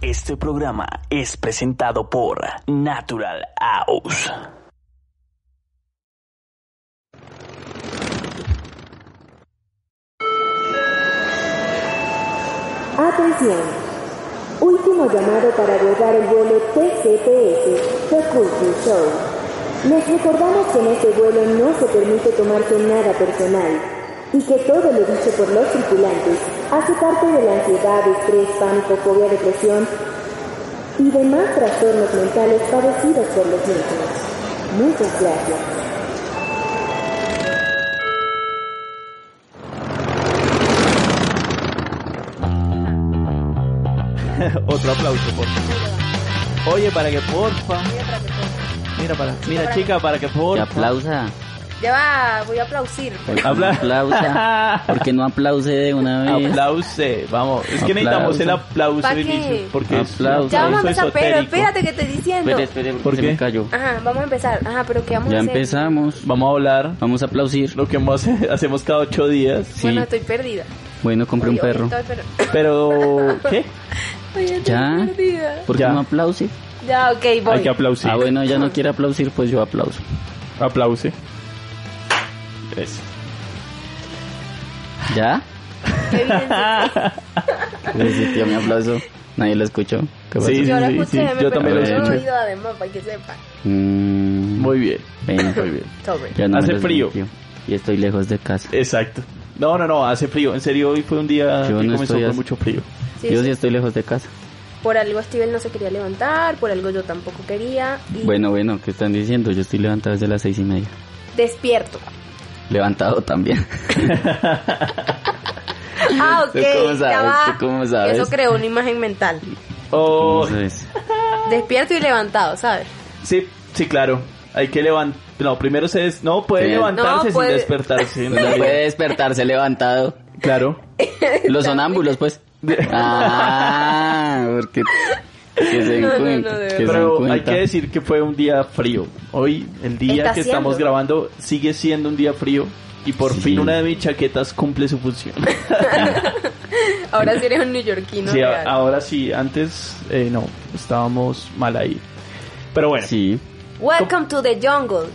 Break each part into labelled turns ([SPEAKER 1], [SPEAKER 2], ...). [SPEAKER 1] Este programa es presentado por Natural House.
[SPEAKER 2] Atención. Último llamado para abordar el vuelo TCTS, The Cooking Show. Les recordamos que en este vuelo no se permite tomarse nada personal y que todo lo dicho por los tripulantes hace parte de la ansiedad, estrés, pánico, fobia, depresión y demás trastornos mentales padecidos por los mismos. Muchas gracias.
[SPEAKER 3] Otro aplauso, por favor. Oye, para que porfa. Mira, para, mira chica, para que
[SPEAKER 4] Que
[SPEAKER 3] porfa.
[SPEAKER 4] aplausa.
[SPEAKER 5] Ya va, voy a aplausir.
[SPEAKER 4] ¿Por qué no
[SPEAKER 3] Apla-
[SPEAKER 4] aplausa. ¿Por qué no aplause de una vez?
[SPEAKER 3] Aplause, vamos. Es que necesitamos el aplauso
[SPEAKER 5] ¿Pa'
[SPEAKER 3] de
[SPEAKER 5] qué?
[SPEAKER 3] inicio. Porque es un
[SPEAKER 4] Aplauso.
[SPEAKER 5] Ya vamos a
[SPEAKER 3] aplauso
[SPEAKER 5] empezar, pero
[SPEAKER 3] esotérico.
[SPEAKER 5] espérate que estoy diciendo.
[SPEAKER 4] Espere, espere, porque
[SPEAKER 3] ¿Por
[SPEAKER 4] se
[SPEAKER 3] qué?
[SPEAKER 4] me cayó.
[SPEAKER 5] Ajá, vamos a empezar. Ajá, pero ¿qué Ah, vamos
[SPEAKER 4] Ya
[SPEAKER 5] a hacer?
[SPEAKER 4] empezamos.
[SPEAKER 3] Vamos a hablar
[SPEAKER 4] Vamos a aplaudir.
[SPEAKER 3] lo que hemos- hacemos cada ocho días.
[SPEAKER 4] Sí.
[SPEAKER 5] Bueno, estoy perdida.
[SPEAKER 4] Bueno, compré un
[SPEAKER 5] Oye, oye,
[SPEAKER 4] perro.
[SPEAKER 5] estoy per-
[SPEAKER 3] Pero, ¿qué?
[SPEAKER 5] Oye, estoy
[SPEAKER 4] Ya.
[SPEAKER 5] perdida.
[SPEAKER 4] ¿Por qué
[SPEAKER 3] Ya.
[SPEAKER 4] no aplause?
[SPEAKER 5] Ya, ok, voy.
[SPEAKER 3] Hay que aplaudir.
[SPEAKER 4] Ah, bueno, ella no quiere aplaudir, pues yo aplauso.
[SPEAKER 3] Aplause. Eso.
[SPEAKER 4] ¿Ya?
[SPEAKER 5] Qué evidencia.
[SPEAKER 4] Resistió mi aplauso. Nadie lo escuchó. ¿Qué pasó?
[SPEAKER 3] Sí,
[SPEAKER 5] Yo lo
[SPEAKER 3] sí,
[SPEAKER 5] escuché,
[SPEAKER 3] sí,
[SPEAKER 5] me
[SPEAKER 3] yo también
[SPEAKER 4] lo
[SPEAKER 5] perdí el
[SPEAKER 4] escuché.
[SPEAKER 5] oído, además, para que sepa.
[SPEAKER 4] Mm,
[SPEAKER 3] Muy bien.
[SPEAKER 4] bueno,
[SPEAKER 3] Muy bien.
[SPEAKER 5] Sorry.
[SPEAKER 4] ya no me
[SPEAKER 3] Hace
[SPEAKER 4] los
[SPEAKER 3] frío.
[SPEAKER 4] limpio. Y estoy lejos de casa.
[SPEAKER 3] Exacto. No, no, no, hace frío. En serio, hoy fue un día
[SPEAKER 4] Yo
[SPEAKER 3] que
[SPEAKER 4] no
[SPEAKER 3] comenzó
[SPEAKER 4] estoy
[SPEAKER 3] con
[SPEAKER 4] hace-
[SPEAKER 3] mucho frío.
[SPEAKER 5] Sí,
[SPEAKER 4] yo
[SPEAKER 5] sí.
[SPEAKER 4] sí estoy lejos de casa.
[SPEAKER 5] Por algo Steven no se quería levantar, por algo yo tampoco quería. Y
[SPEAKER 4] Bueno, bueno, ¿qué están diciendo? Yo estoy levantado desde las seis y media.
[SPEAKER 5] Despierto.
[SPEAKER 4] Levantado también.
[SPEAKER 5] Ah, ok.
[SPEAKER 4] ¿Tú cómo
[SPEAKER 5] ya
[SPEAKER 4] sabes?
[SPEAKER 5] va.
[SPEAKER 4] ¿Tú cómo sabes?
[SPEAKER 5] Eso creó una imagen mental.
[SPEAKER 3] Oh,
[SPEAKER 4] Entonces,
[SPEAKER 5] Despierto y levantado, ¿sabes?
[SPEAKER 3] sí, sí, claro. Hay que levantar. No, primero se des... No, puede
[SPEAKER 4] Sí.
[SPEAKER 3] levantarse
[SPEAKER 5] No,
[SPEAKER 3] sin
[SPEAKER 5] puede-
[SPEAKER 3] despertarse. en
[SPEAKER 4] Pues no
[SPEAKER 3] realidad.
[SPEAKER 4] puede despertarse levantado.
[SPEAKER 3] Claro.
[SPEAKER 4] Los sonámbulos, pues. Ah, porque que se den
[SPEAKER 5] No, no, no,
[SPEAKER 4] cuenta,
[SPEAKER 5] de
[SPEAKER 4] que se den
[SPEAKER 3] Pero hay
[SPEAKER 4] cuenta.
[SPEAKER 3] que decir que fue un día frío. Hoy, el día
[SPEAKER 5] Está
[SPEAKER 3] que estamos
[SPEAKER 5] siendo.
[SPEAKER 3] grabando, sigue siendo un día frío. Y por
[SPEAKER 4] Sí.
[SPEAKER 3] fin una de mis chaquetas cumple su función.
[SPEAKER 5] Ahora sí eres un neoyorquino.
[SPEAKER 3] Sí, a-
[SPEAKER 5] real.
[SPEAKER 4] ah,
[SPEAKER 3] ahora sí, antes eh, no, estábamos mal ahí. Pero bueno,
[SPEAKER 4] Sí.
[SPEAKER 5] Welcome to the jungle.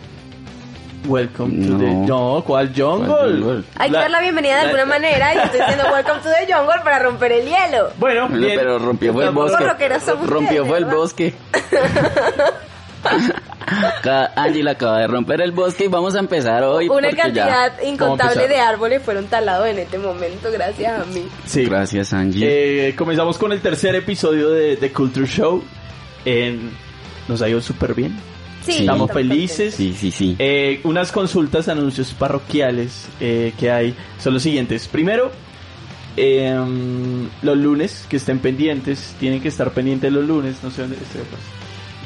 [SPEAKER 3] welcome
[SPEAKER 4] No.
[SPEAKER 3] to the... No, ¿cuál jungle?
[SPEAKER 4] jungle?
[SPEAKER 5] Hay que dar la bienvenida de
[SPEAKER 3] la-
[SPEAKER 5] alguna manera y yo estoy diciendo Welcome to the jungle para romper el hielo.
[SPEAKER 3] Bueno,
[SPEAKER 4] No,
[SPEAKER 3] bien.
[SPEAKER 4] Pero rompió fue el
[SPEAKER 3] Estamos-
[SPEAKER 4] bosque.
[SPEAKER 5] rockeros somos
[SPEAKER 4] Rompió
[SPEAKER 5] ustedes,
[SPEAKER 4] fue el
[SPEAKER 5] ¿verdad?
[SPEAKER 4] bosque. Ca- Ángel acaba de romper el bosque y vamos a empezar hoy.
[SPEAKER 5] Una
[SPEAKER 4] porque ya-
[SPEAKER 5] cantidad incontable
[SPEAKER 3] empezar?
[SPEAKER 5] de árboles fueron talados en este momento gracias a mí.
[SPEAKER 3] Sí.
[SPEAKER 4] Gracias, Angie.
[SPEAKER 3] Eh, comenzamos con el tercer episodio de The Culture Show. En- Nos ha ido súper bien.
[SPEAKER 5] Sí,
[SPEAKER 3] Estamos felices.
[SPEAKER 4] sí, sí, sí.
[SPEAKER 3] Eh, unas consultas, anuncios parroquiales eh, que hay son los siguientes. Primero, eh, los lunes que estén pendientes, tienen que estar pendientes los lunes, no sé dónde estoy atrás.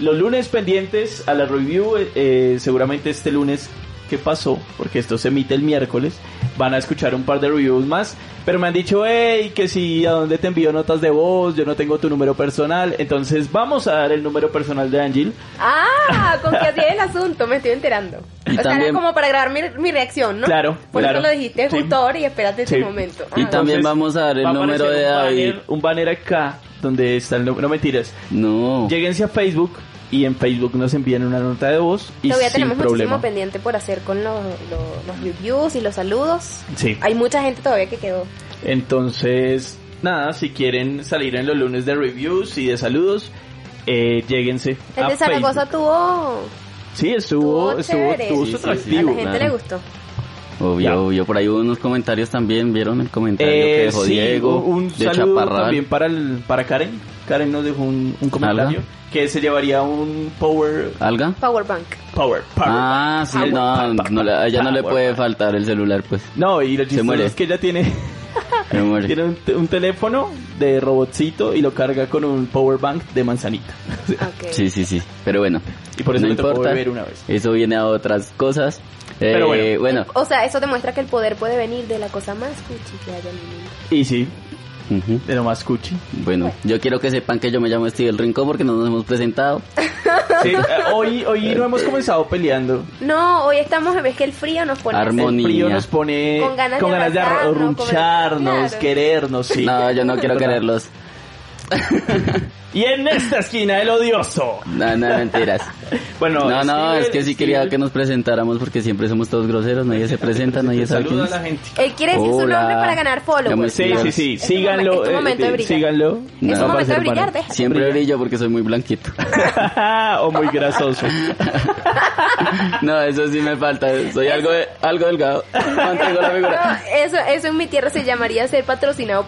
[SPEAKER 3] Los lunes pendientes a la review, eh, eh, seguramente este lunes que pasó, porque esto se emite el miércoles, van a escuchar un par de reviews más, pero me han dicho, hey, que si a dónde te envío notas de voz, yo no tengo tu número personal, entonces vamos a dar el número personal de Angel.
[SPEAKER 5] Ah, con que así es el asunto, me estoy enterando.
[SPEAKER 4] Y
[SPEAKER 5] o sea,
[SPEAKER 4] también-
[SPEAKER 5] era como para grabar mi, mi reacción, ¿no?
[SPEAKER 3] Claro,
[SPEAKER 5] Por
[SPEAKER 3] claro.
[SPEAKER 5] eso lo dijiste
[SPEAKER 3] Sí.
[SPEAKER 5] justo ahora y espérate
[SPEAKER 3] Sí.
[SPEAKER 5] este momento.
[SPEAKER 4] Y
[SPEAKER 5] Ah,
[SPEAKER 4] también- vamos a dar el
[SPEAKER 3] va
[SPEAKER 4] número
[SPEAKER 3] aparecer
[SPEAKER 4] de
[SPEAKER 3] un
[SPEAKER 4] David.
[SPEAKER 3] Banner, un banner acá donde está el número. No mentiras.
[SPEAKER 4] No.
[SPEAKER 3] Lléguense a Facebook y en Facebook nos envían una nota de voz y
[SPEAKER 5] Todavía
[SPEAKER 3] sin
[SPEAKER 5] tenemos
[SPEAKER 3] problema.
[SPEAKER 5] muchísimo pendiente por hacer con los, los- los reviews y los saludos.
[SPEAKER 3] Sí.
[SPEAKER 5] Hay mucha gente todavía que quedó.
[SPEAKER 3] Entonces, nada, si quieren salir en los lunes de reviews y de saludos, eh, lléguense
[SPEAKER 5] El
[SPEAKER 3] a
[SPEAKER 5] de Zaragoza
[SPEAKER 3] Facebook.
[SPEAKER 5] tuvo...
[SPEAKER 3] Sí, estuvo,
[SPEAKER 5] estuvo
[SPEAKER 3] estuvo,
[SPEAKER 5] chévere.
[SPEAKER 3] estuvo
[SPEAKER 4] Sí,
[SPEAKER 3] su
[SPEAKER 4] sí, sí.
[SPEAKER 5] A la
[SPEAKER 3] atractivo.
[SPEAKER 5] gente
[SPEAKER 4] claro.
[SPEAKER 5] le gustó.
[SPEAKER 4] Obvio,
[SPEAKER 3] Ya.
[SPEAKER 4] obvio. Por ahí hubo unos comentarios también. ¿Vieron el comentario
[SPEAKER 3] Eh,
[SPEAKER 4] que dejó
[SPEAKER 3] sí,
[SPEAKER 4] Diego?
[SPEAKER 3] un
[SPEAKER 4] de
[SPEAKER 3] saludo
[SPEAKER 4] Chaparral.
[SPEAKER 3] también para el, para Karen. Karen nos dejó un, un comentario
[SPEAKER 4] Alga.
[SPEAKER 3] que se llevaría un power
[SPEAKER 4] ¿Alga?
[SPEAKER 5] Powerbank.
[SPEAKER 3] power, power
[SPEAKER 4] Ah, sí, no,
[SPEAKER 3] Power-
[SPEAKER 4] no le- a ella no le
[SPEAKER 3] Power-
[SPEAKER 4] puede faltar el celular, pues.
[SPEAKER 3] No, y lo chistoso
[SPEAKER 4] muere.
[SPEAKER 3] es que ella tiene,
[SPEAKER 4] Me muero.
[SPEAKER 3] tiene un, te- un teléfono de robotcito y lo carga con un power bank de manzanita.
[SPEAKER 5] Ok.
[SPEAKER 4] Sí, sí, sí. Pero bueno.
[SPEAKER 3] Y por eso
[SPEAKER 4] no
[SPEAKER 3] me tocó
[SPEAKER 4] importa.
[SPEAKER 3] beber una vez.
[SPEAKER 4] Eso viene a otras cosas. Eh,
[SPEAKER 3] Pero bueno.
[SPEAKER 4] bueno.
[SPEAKER 5] O sea, eso demuestra que el poder puede venir de la cosa más cuchi que haya en el mundo.
[SPEAKER 3] Y sí,
[SPEAKER 4] Ujú.
[SPEAKER 3] de lo más cuchi.
[SPEAKER 4] Bueno, yo quiero que sepan que yo me llamo Steve del Rincón porque no nos hemos presentado.
[SPEAKER 3] Sí, eh, hoy, hoy no hemos comenzado peleando.
[SPEAKER 5] No, hoy estamos, ves que el frío nos pone...
[SPEAKER 4] Armo-
[SPEAKER 3] El
[SPEAKER 4] Monía.
[SPEAKER 3] frío nos pone
[SPEAKER 5] Con ganas de
[SPEAKER 3] arruncharnos,
[SPEAKER 5] abrazarnos, con-
[SPEAKER 3] querernos, querernos,
[SPEAKER 5] Claro.
[SPEAKER 3] sí.
[SPEAKER 4] No, yo no quiero
[SPEAKER 3] ¿Verdad?
[SPEAKER 4] quererlos.
[SPEAKER 3] Y en esta esquina, el odioso.
[SPEAKER 4] No, no, mentiras.
[SPEAKER 3] Bueno,
[SPEAKER 4] No, no, es que sí quería que
[SPEAKER 3] no
[SPEAKER 4] nos presentáramos porque siempre somos todos groseros, nadie se presenta, nadie sabe quién
[SPEAKER 3] Saluda a
[SPEAKER 4] es.
[SPEAKER 3] la gente.
[SPEAKER 5] Él quiere decir su
[SPEAKER 4] Hola.
[SPEAKER 5] nombre para ganar followers.
[SPEAKER 3] Sí, sí, sí,
[SPEAKER 5] Es tu
[SPEAKER 3] síganlo.
[SPEAKER 5] momen- es
[SPEAKER 3] eh,
[SPEAKER 5] tu este momento de brillar.
[SPEAKER 3] síganlo.
[SPEAKER 5] Es
[SPEAKER 4] No,
[SPEAKER 5] un momento de
[SPEAKER 3] para ser
[SPEAKER 5] brillar,
[SPEAKER 3] malo.
[SPEAKER 5] deja.
[SPEAKER 4] Siempre brillo porque soy muy blanquito.
[SPEAKER 3] o Oh, muy grasoso.
[SPEAKER 4] No, eso sí me falta, soy algo, de- algo delgado. Mantengo la figura.
[SPEAKER 5] No, eso, eso en mi tierra se llamaría ser patrocinado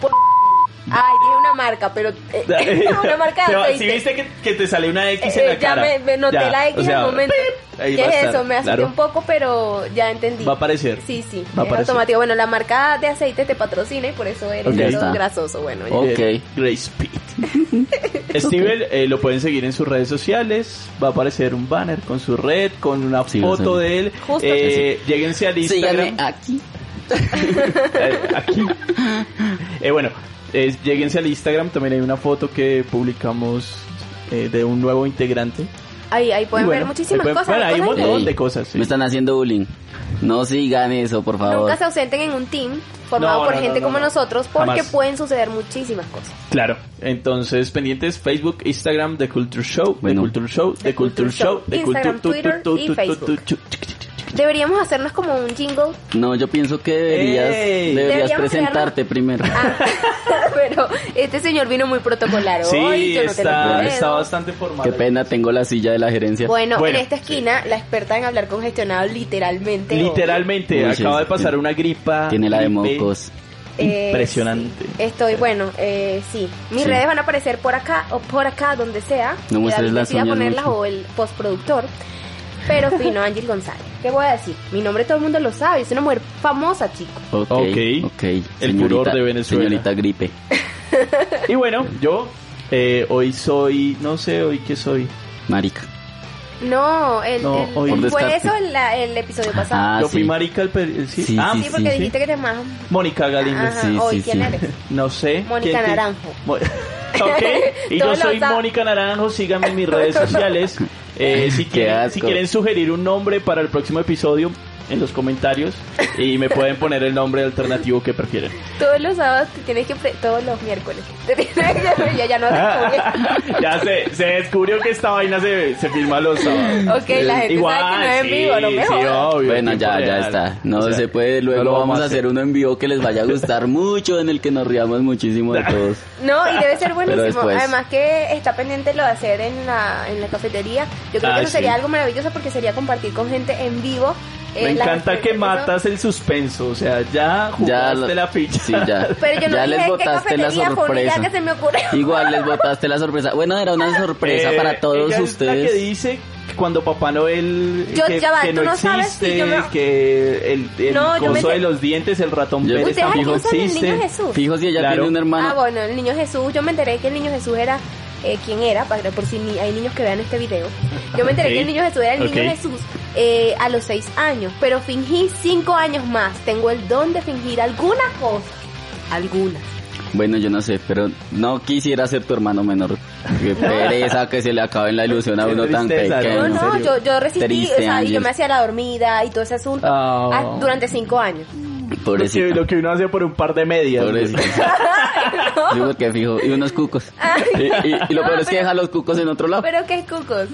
[SPEAKER 5] por... Ay, tiene una marca, pero... eh, una marca
[SPEAKER 3] Te
[SPEAKER 5] de
[SPEAKER 3] va-
[SPEAKER 5] aceite.
[SPEAKER 3] Si viste que, que te sale una X en
[SPEAKER 5] Eh,
[SPEAKER 3] la
[SPEAKER 5] ya
[SPEAKER 3] cara.
[SPEAKER 5] me, me noté
[SPEAKER 3] Ya,
[SPEAKER 5] la X
[SPEAKER 3] o sea,
[SPEAKER 5] al momento.
[SPEAKER 3] ¡pip! Ahí
[SPEAKER 5] ¿Qué
[SPEAKER 3] va a
[SPEAKER 5] es
[SPEAKER 3] estar,
[SPEAKER 5] eso? Me asusté
[SPEAKER 3] claro.
[SPEAKER 5] un poco, pero ya entendí.
[SPEAKER 3] Va a aparecer. Eh,
[SPEAKER 5] Sí, sí.
[SPEAKER 3] Va a
[SPEAKER 5] es
[SPEAKER 3] aparecer.
[SPEAKER 5] automático. Bueno, la marca de aceite te patrocina y por eso eres
[SPEAKER 4] Ok.
[SPEAKER 5] todo
[SPEAKER 4] Ya está.
[SPEAKER 5] grasoso. Bueno, ya.
[SPEAKER 4] Ok.
[SPEAKER 3] Eh, Grace Pitt. Steven eh, lo pueden seguir en sus redes sociales. Va a aparecer un banner con su red, con una
[SPEAKER 4] Sí, lo
[SPEAKER 3] foto
[SPEAKER 4] sé.
[SPEAKER 3] de él.
[SPEAKER 5] Justo.
[SPEAKER 3] Eh, Lléguense al
[SPEAKER 4] Síganme
[SPEAKER 3] Instagram.
[SPEAKER 4] aquí.
[SPEAKER 3] eh, aquí. Eh, bueno, eh, lléguense al Instagram. También hay una foto que publicamos eh, de un nuevo integrante.
[SPEAKER 5] Ahí, ahí
[SPEAKER 3] Y
[SPEAKER 5] pueden
[SPEAKER 3] bueno,
[SPEAKER 5] ver muchísimas
[SPEAKER 3] ahí pueden-
[SPEAKER 5] cosas.
[SPEAKER 3] bueno,
[SPEAKER 5] hay
[SPEAKER 3] hay un
[SPEAKER 5] cosas
[SPEAKER 3] montón
[SPEAKER 4] Ey,
[SPEAKER 3] de cosas, sí.
[SPEAKER 4] Me están haciendo bullying. No sigan eso, por
[SPEAKER 5] que-
[SPEAKER 4] favor.
[SPEAKER 5] Nunca se ausenten en un team formado
[SPEAKER 3] No,
[SPEAKER 5] por
[SPEAKER 3] no, no,
[SPEAKER 5] gente
[SPEAKER 3] no,
[SPEAKER 5] como
[SPEAKER 3] no.
[SPEAKER 5] nosotros porque
[SPEAKER 3] Jamás.
[SPEAKER 5] pueden suceder muchísimas cosas.
[SPEAKER 3] Claro. Entonces, pendientes Facebook, Instagram, The Culture Show, The
[SPEAKER 4] Bueno.
[SPEAKER 3] Culture Show, The Culture Show, The
[SPEAKER 5] Instagram,
[SPEAKER 3] Culture
[SPEAKER 5] Twitter
[SPEAKER 3] tu, tu,
[SPEAKER 5] y
[SPEAKER 3] tu, tu,
[SPEAKER 5] Facebook.
[SPEAKER 3] tu, tu, tu,
[SPEAKER 5] Deberíamos hacernos como un jingle.
[SPEAKER 4] No, yo pienso que deberías,
[SPEAKER 3] Ey.
[SPEAKER 4] deberías
[SPEAKER 5] Deberíamos
[SPEAKER 4] presentarte primero.
[SPEAKER 5] Ah, pero este señor vino muy protocolario hoy.
[SPEAKER 3] Sí,
[SPEAKER 5] Yo no te lo
[SPEAKER 3] está,
[SPEAKER 5] puedo.
[SPEAKER 3] está bastante
[SPEAKER 4] Qué
[SPEAKER 3] formal.
[SPEAKER 4] pena, tengo la silla de la gerencia.
[SPEAKER 5] Bueno,
[SPEAKER 3] Bueno,
[SPEAKER 5] en esta esquina, la experta en hablar congestionado literalmente. hoy.
[SPEAKER 3] Literalmente,
[SPEAKER 4] Uy, sí,
[SPEAKER 3] acaba de
[SPEAKER 4] sí,
[SPEAKER 3] pasar
[SPEAKER 4] tiene-
[SPEAKER 3] una gripa.
[SPEAKER 4] Tiene la de
[SPEAKER 3] gripe.
[SPEAKER 4] mocos.
[SPEAKER 5] Eh,
[SPEAKER 3] Impresionante.
[SPEAKER 5] sí. Estoy, bueno, eh, sí. Mis
[SPEAKER 4] Sí.
[SPEAKER 5] redes van a aparecer por acá o por acá, donde sea.
[SPEAKER 4] No muestres
[SPEAKER 5] David
[SPEAKER 4] las
[SPEAKER 5] decida
[SPEAKER 4] uñas
[SPEAKER 5] ponerlas
[SPEAKER 4] mucho.
[SPEAKER 5] o el postproductor. Pero fino, Ángel González. ¿Qué voy a decir? Mi nombre todo el mundo lo sabe. Es una mujer famosa, chico.
[SPEAKER 4] Ok.
[SPEAKER 3] Ok.
[SPEAKER 4] ok,
[SPEAKER 3] El furor de Venezuela.
[SPEAKER 4] Señorita gripe.
[SPEAKER 3] Y bueno, yo eh, hoy soy, no sé hoy qué soy.
[SPEAKER 4] Marica.
[SPEAKER 5] No, el,
[SPEAKER 3] No,
[SPEAKER 5] el-
[SPEAKER 3] hoy-
[SPEAKER 4] Por
[SPEAKER 5] fue
[SPEAKER 4] descarte.
[SPEAKER 5] eso el, la- el episodio pasado.
[SPEAKER 4] Ah,
[SPEAKER 3] yo fui
[SPEAKER 4] sí.
[SPEAKER 3] marica el per- el- sí.
[SPEAKER 4] Sí,
[SPEAKER 3] Ah,
[SPEAKER 5] sí, porque
[SPEAKER 4] sí,
[SPEAKER 5] dijiste que te más.
[SPEAKER 3] Mónica Galindo.
[SPEAKER 5] Ajá,
[SPEAKER 4] sí,
[SPEAKER 5] hoy,
[SPEAKER 4] sí,
[SPEAKER 5] ¿quién
[SPEAKER 4] sí.
[SPEAKER 5] eres?
[SPEAKER 3] No sé.
[SPEAKER 5] Mónica
[SPEAKER 3] ¿Quién te-
[SPEAKER 5] Naranjo.
[SPEAKER 3] Mo- ok. Y yo
[SPEAKER 5] Todos lo
[SPEAKER 3] soy
[SPEAKER 5] saben.
[SPEAKER 3] Mónica Naranjo. Síganme en mis redes sociales. Eh, si,
[SPEAKER 4] Qué
[SPEAKER 3] quieren,
[SPEAKER 4] asco.
[SPEAKER 3] si quieren sugerir un nombre para el próximo episodio, en los comentarios. Y me pueden poner el nombre alternativo que prefieren.
[SPEAKER 5] Todos los sábados te tienes que. pre- todos los miércoles. Te tienes que. ya, ya no
[SPEAKER 4] Ah.
[SPEAKER 5] descubrí.
[SPEAKER 3] ya se, se descubrió que esta vaina se, se filma los sábados.
[SPEAKER 5] Ok, la gente sabe que no es en
[SPEAKER 3] sí,
[SPEAKER 5] vivo, no me
[SPEAKER 3] sí,
[SPEAKER 5] jodas. Eh,
[SPEAKER 3] obvio,
[SPEAKER 4] Bueno,
[SPEAKER 3] tiempo
[SPEAKER 4] ya, ya
[SPEAKER 3] real.
[SPEAKER 4] está. No
[SPEAKER 3] O sea,
[SPEAKER 4] se puede. Luego
[SPEAKER 3] no lo
[SPEAKER 4] vamos a hacer uno en vivo que les vaya a gustar mucho, en el que nos riamos muchísimo de todos.
[SPEAKER 5] No, y debe ser buenísimo.
[SPEAKER 4] después.
[SPEAKER 5] Además que está pendiente lo de hacer en la, en la cafetería. Yo creo
[SPEAKER 3] Ay,
[SPEAKER 5] que eso sería
[SPEAKER 3] sí.
[SPEAKER 5] algo maravilloso porque sería compartir con gente en vivo. eh,
[SPEAKER 3] Me
[SPEAKER 5] las
[SPEAKER 3] encanta que
[SPEAKER 5] experiencias, ¿no?
[SPEAKER 3] matas el suspenso, o sea, ya
[SPEAKER 4] Ya
[SPEAKER 3] jugaste
[SPEAKER 4] lo-
[SPEAKER 3] la ficha.
[SPEAKER 4] Sí, ya.
[SPEAKER 5] Pero yo no
[SPEAKER 4] ya
[SPEAKER 5] dije
[SPEAKER 4] les
[SPEAKER 5] qué
[SPEAKER 4] botaste la
[SPEAKER 5] cafetería fue una idea
[SPEAKER 4] sorpresa.
[SPEAKER 5] que se me ocurrió.
[SPEAKER 4] Igual les botaste la sorpresa. Bueno, era
[SPEAKER 5] Ah.
[SPEAKER 4] una sorpresa
[SPEAKER 3] Eh,
[SPEAKER 4] para todos
[SPEAKER 3] ella Es la
[SPEAKER 4] ustedes.
[SPEAKER 3] que dice que cuando Papá Noel
[SPEAKER 5] Yo-
[SPEAKER 3] que,
[SPEAKER 5] ya va,
[SPEAKER 3] que
[SPEAKER 5] tú
[SPEAKER 3] no,
[SPEAKER 5] no sabes si
[SPEAKER 3] existe,
[SPEAKER 5] yo me-
[SPEAKER 3] que el, el
[SPEAKER 5] No, yo me
[SPEAKER 3] coso
[SPEAKER 5] sé-
[SPEAKER 3] de los dientes, el ratón
[SPEAKER 4] Yo-
[SPEAKER 3] Pérez
[SPEAKER 5] Ustedes aquí
[SPEAKER 3] tampoco
[SPEAKER 5] usan el
[SPEAKER 3] existe.
[SPEAKER 5] niño Jesús.
[SPEAKER 4] Fijo si ella
[SPEAKER 3] Claro.
[SPEAKER 4] tiene un hermano.
[SPEAKER 5] Ah, bueno, el niño Jesús. Yo me enteré que el niño Jesús era. eh, ¿Quién era? Para, por si ni- hay niños que vean este video. Yo me enteré
[SPEAKER 3] Ok.
[SPEAKER 5] que el niño Jesús era el
[SPEAKER 3] Ok.
[SPEAKER 5] niño Jesús eh, a los seis años. Pero fingí cinco años más. Tengo el don de fingir alguna cosa. Alguna.
[SPEAKER 4] Bueno, yo no sé, pero no quisiera ser tu hermano menor. Qué pereza que se le acabe la ilusión a
[SPEAKER 3] Qué
[SPEAKER 4] uno tan
[SPEAKER 3] tristeza, ¿no?
[SPEAKER 5] No,
[SPEAKER 4] pequeño.
[SPEAKER 3] ¿En
[SPEAKER 5] no,
[SPEAKER 3] serio?
[SPEAKER 5] yo, yo resistí,
[SPEAKER 4] Triste,
[SPEAKER 5] o sea, y yo
[SPEAKER 4] Ángel.
[SPEAKER 5] me hacía la dormida y todo ese asunto
[SPEAKER 3] Oh.
[SPEAKER 5] ah, durante cinco años.
[SPEAKER 3] Lo que,
[SPEAKER 4] Pobrecito.
[SPEAKER 3] lo que uno hace por un par de medias.
[SPEAKER 4] Pobrecito. Sí, porque fijo. Y unos cucos. Y, y- y lo
[SPEAKER 5] No,
[SPEAKER 4] peor es que
[SPEAKER 5] pero-
[SPEAKER 4] deja los cucos en
[SPEAKER 3] Oh.
[SPEAKER 4] otro lado.
[SPEAKER 5] Pero qué cucos.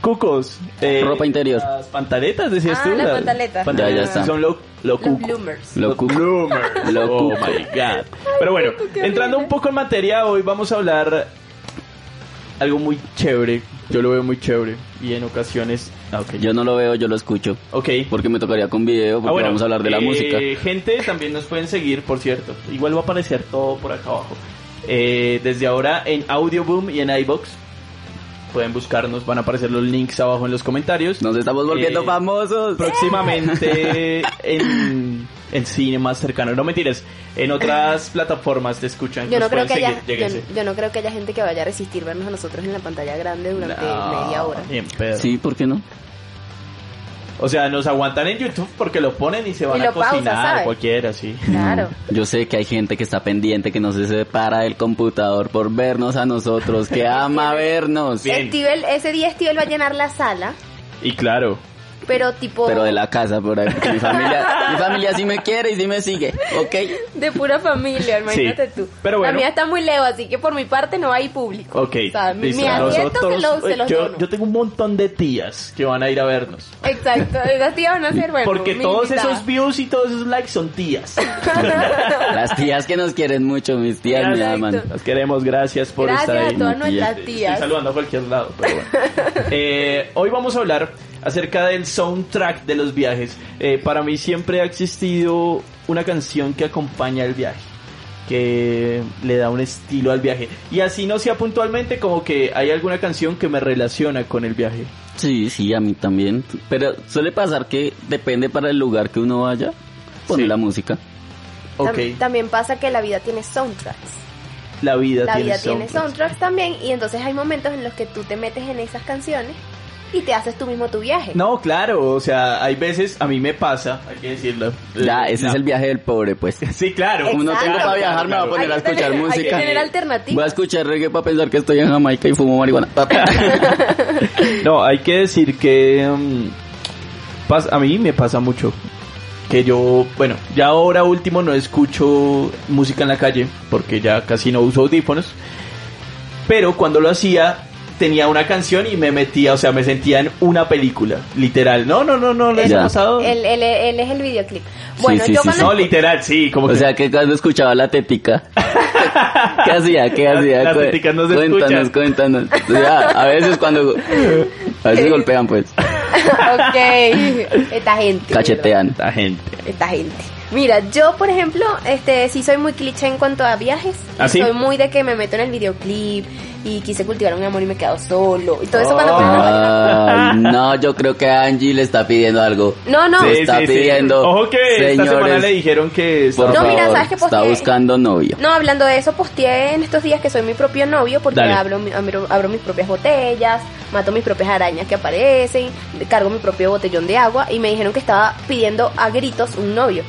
[SPEAKER 3] Cucos. eh,
[SPEAKER 4] Ropa interior.
[SPEAKER 3] Las pantaletas, decías
[SPEAKER 5] Ah,
[SPEAKER 3] tú.
[SPEAKER 5] las
[SPEAKER 3] las
[SPEAKER 5] pantaletas.
[SPEAKER 4] Ya, ya está.
[SPEAKER 3] Son lo, lo
[SPEAKER 5] Los
[SPEAKER 3] cuco.
[SPEAKER 5] bloomers.
[SPEAKER 4] Lo cuco.
[SPEAKER 3] bloomers.
[SPEAKER 4] Lo
[SPEAKER 3] oh
[SPEAKER 4] cuco.
[SPEAKER 3] my god. Pero bueno, entrando un poco en materia, hoy vamos a hablar algo muy chévere. Yo lo veo muy chévere. Y en ocasiones. Ah, ok.
[SPEAKER 4] Yo no lo veo, yo lo escucho.
[SPEAKER 3] Ok.
[SPEAKER 4] Porque me tocaría con video, porque
[SPEAKER 3] Ah, bueno,
[SPEAKER 4] vamos a hablar de la
[SPEAKER 3] eh,
[SPEAKER 4] música.
[SPEAKER 3] Gente, también nos pueden seguir, por cierto. Igual va a aparecer todo por acá abajo. Eh, desde ahora en Audioboom y en iBox. Pueden buscarnos, van a aparecer los links abajo en los comentarios.
[SPEAKER 4] Nos estamos volviendo
[SPEAKER 3] Eh,
[SPEAKER 4] famosos.
[SPEAKER 3] Próximamente en el cine más cercano. No mentiras, en otras plataformas te escuchan.
[SPEAKER 5] Yo no,
[SPEAKER 3] nos pueden
[SPEAKER 5] creo que haya,
[SPEAKER 3] seguir,
[SPEAKER 5] yo,
[SPEAKER 3] lléguense.
[SPEAKER 5] yo no creo que haya gente que vaya a resistir vernos a nosotros en la pantalla grande durante
[SPEAKER 3] No,
[SPEAKER 5] media hora.
[SPEAKER 3] ni en pedo.
[SPEAKER 4] Sí, ¿por qué no?
[SPEAKER 3] O sea, nos aguantan en YouTube porque lo ponen y se van
[SPEAKER 5] Y
[SPEAKER 3] a
[SPEAKER 5] lo pausa,
[SPEAKER 3] cocinar,
[SPEAKER 5] ¿sabe?
[SPEAKER 3] cualquiera, sí.
[SPEAKER 5] Claro.
[SPEAKER 4] Yo sé que hay gente que está pendiente, que no se separa del computador por vernos a nosotros, que ama vernos.
[SPEAKER 3] Bien.
[SPEAKER 5] Steven- ese día Steven va a llenar la sala
[SPEAKER 3] Y claro,
[SPEAKER 5] Pero tipo
[SPEAKER 4] Pero de la casa, por ahí. porque Mi familia, mi familia sí me quiere y sí me sigue, ¿ok?
[SPEAKER 5] de pura familia, imagínate
[SPEAKER 3] Sí,
[SPEAKER 5] tú.
[SPEAKER 3] pero bueno.
[SPEAKER 5] La mía está muy lejos, así que por mi parte no hay público.
[SPEAKER 3] Ok,
[SPEAKER 5] O sea, mi-
[SPEAKER 3] listo.
[SPEAKER 5] mi asiento se
[SPEAKER 3] Nosotros-
[SPEAKER 5] los, se los
[SPEAKER 3] yo,
[SPEAKER 5] dono.
[SPEAKER 3] yo tengo un montón de tías que van a ir a vernos.
[SPEAKER 5] Exacto, esas tías van a ser bueno.
[SPEAKER 3] porque
[SPEAKER 5] mi
[SPEAKER 3] todos
[SPEAKER 5] invitada.
[SPEAKER 3] esos views y todos esos likes son tías.
[SPEAKER 4] Las tías que nos quieren mucho, mis tías me
[SPEAKER 5] Exacto.
[SPEAKER 4] aman.
[SPEAKER 3] Las queremos, gracias por
[SPEAKER 5] Gracias
[SPEAKER 3] estar ahí.
[SPEAKER 5] a todas
[SPEAKER 4] mi
[SPEAKER 5] nuestras
[SPEAKER 4] tía.
[SPEAKER 5] tías.
[SPEAKER 3] Estoy saludando a cualquier lado, pero bueno. Eh, hoy vamos a hablar acerca del soundtrack de los viajes. Eh, para mí siempre ha existido una canción que acompaña el viaje, que le da un estilo al viaje. Y así no sea puntualmente como que hay alguna canción que me relaciona con el viaje.
[SPEAKER 4] Sí, sí, a mí también. Pero suele pasar que depende para el lugar que uno vaya, poner
[SPEAKER 3] Sí.
[SPEAKER 4] la música.
[SPEAKER 5] Tam-
[SPEAKER 3] Ok,
[SPEAKER 5] También pasa que la vida tiene soundtracks.
[SPEAKER 3] la vida,
[SPEAKER 5] La
[SPEAKER 3] tiene,
[SPEAKER 5] vida tiene
[SPEAKER 3] soundtrack.
[SPEAKER 5] soundtracks también y entonces hay momentos en los que tú te metes en esas canciones y te haces tú mismo tu viaje.
[SPEAKER 3] No, claro, o sea, hay veces, a mí me pasa, hay que decirlo.
[SPEAKER 4] Ya, ese
[SPEAKER 3] No.
[SPEAKER 4] es el viaje del pobre, pues.
[SPEAKER 3] Sí, claro.
[SPEAKER 4] Como no
[SPEAKER 5] Exacto.
[SPEAKER 4] tengo para viajar, me voy a
[SPEAKER 5] Hay
[SPEAKER 4] poner a
[SPEAKER 5] que
[SPEAKER 4] escuchar
[SPEAKER 5] tener- Hay que
[SPEAKER 4] música.
[SPEAKER 5] tener
[SPEAKER 4] Voy a
[SPEAKER 5] alternativas.
[SPEAKER 4] escuchar reggae para pensar que estoy en Jamaica y fumo marihuana.
[SPEAKER 3] No, hay que decir que mm, pas- a mí me pasa mucho que yo, bueno, ya ahora último no escucho música en la calle porque ya casi no uso audífonos, pero cuando lo hacía tenía una canción y me metía, o sea, me sentía en una película, literal. No, no, no, no, les
[SPEAKER 4] Ya.
[SPEAKER 3] ha pasado.
[SPEAKER 5] Él, él- él es el videoclip. Bueno,
[SPEAKER 4] sí,
[SPEAKER 5] yo
[SPEAKER 4] sí,
[SPEAKER 5] cuando
[SPEAKER 3] No, literal, sí, como
[SPEAKER 4] O
[SPEAKER 3] que
[SPEAKER 4] sea, que cuando escuchaba la tetica. ¿Qué hacía? ¿Qué
[SPEAKER 3] Las-
[SPEAKER 4] hacía?
[SPEAKER 3] las
[SPEAKER 4] Cu-
[SPEAKER 3] teticas no se
[SPEAKER 4] Cuéntanos,
[SPEAKER 3] escuchan.
[SPEAKER 4] cuéntanos. O sea, a veces cuando... A veces golpean, pues.
[SPEAKER 5] ok, esta gente.
[SPEAKER 4] Cachetean.
[SPEAKER 3] la gente.
[SPEAKER 5] ¿verdad? Esta gente. Mira, yo por ejemplo, este, sí soy muy cliché en cuanto a viajes.
[SPEAKER 3] ¿Ah, sí?
[SPEAKER 5] Soy muy de que me meto en el videoclip y quise cultivar un amor y me quedo solo y todo eso
[SPEAKER 4] Ah.
[SPEAKER 5] cuando
[SPEAKER 3] Oh.
[SPEAKER 4] Ay, no, yo creo que Angie le está pidiendo algo.
[SPEAKER 5] No, no.
[SPEAKER 4] Se
[SPEAKER 5] Sí,
[SPEAKER 4] está pidiendo.
[SPEAKER 3] Ojo que esta
[SPEAKER 4] Señores,
[SPEAKER 3] semana le dijeron que estaba-
[SPEAKER 4] Por
[SPEAKER 5] No,
[SPEAKER 4] favor,
[SPEAKER 5] mira, ¿sabes qué
[SPEAKER 4] está
[SPEAKER 5] posteé?
[SPEAKER 4] buscando novio.
[SPEAKER 5] No, hablando de eso, posteé en estos días que soy mi propio novio porque
[SPEAKER 3] Dale.
[SPEAKER 5] abro, mi- abro, abro mis propias botellas, mato mis propias arañas que aparecen, cargo mi propio botellón de agua y me dijeron que estaba pidiendo a gritos un novio.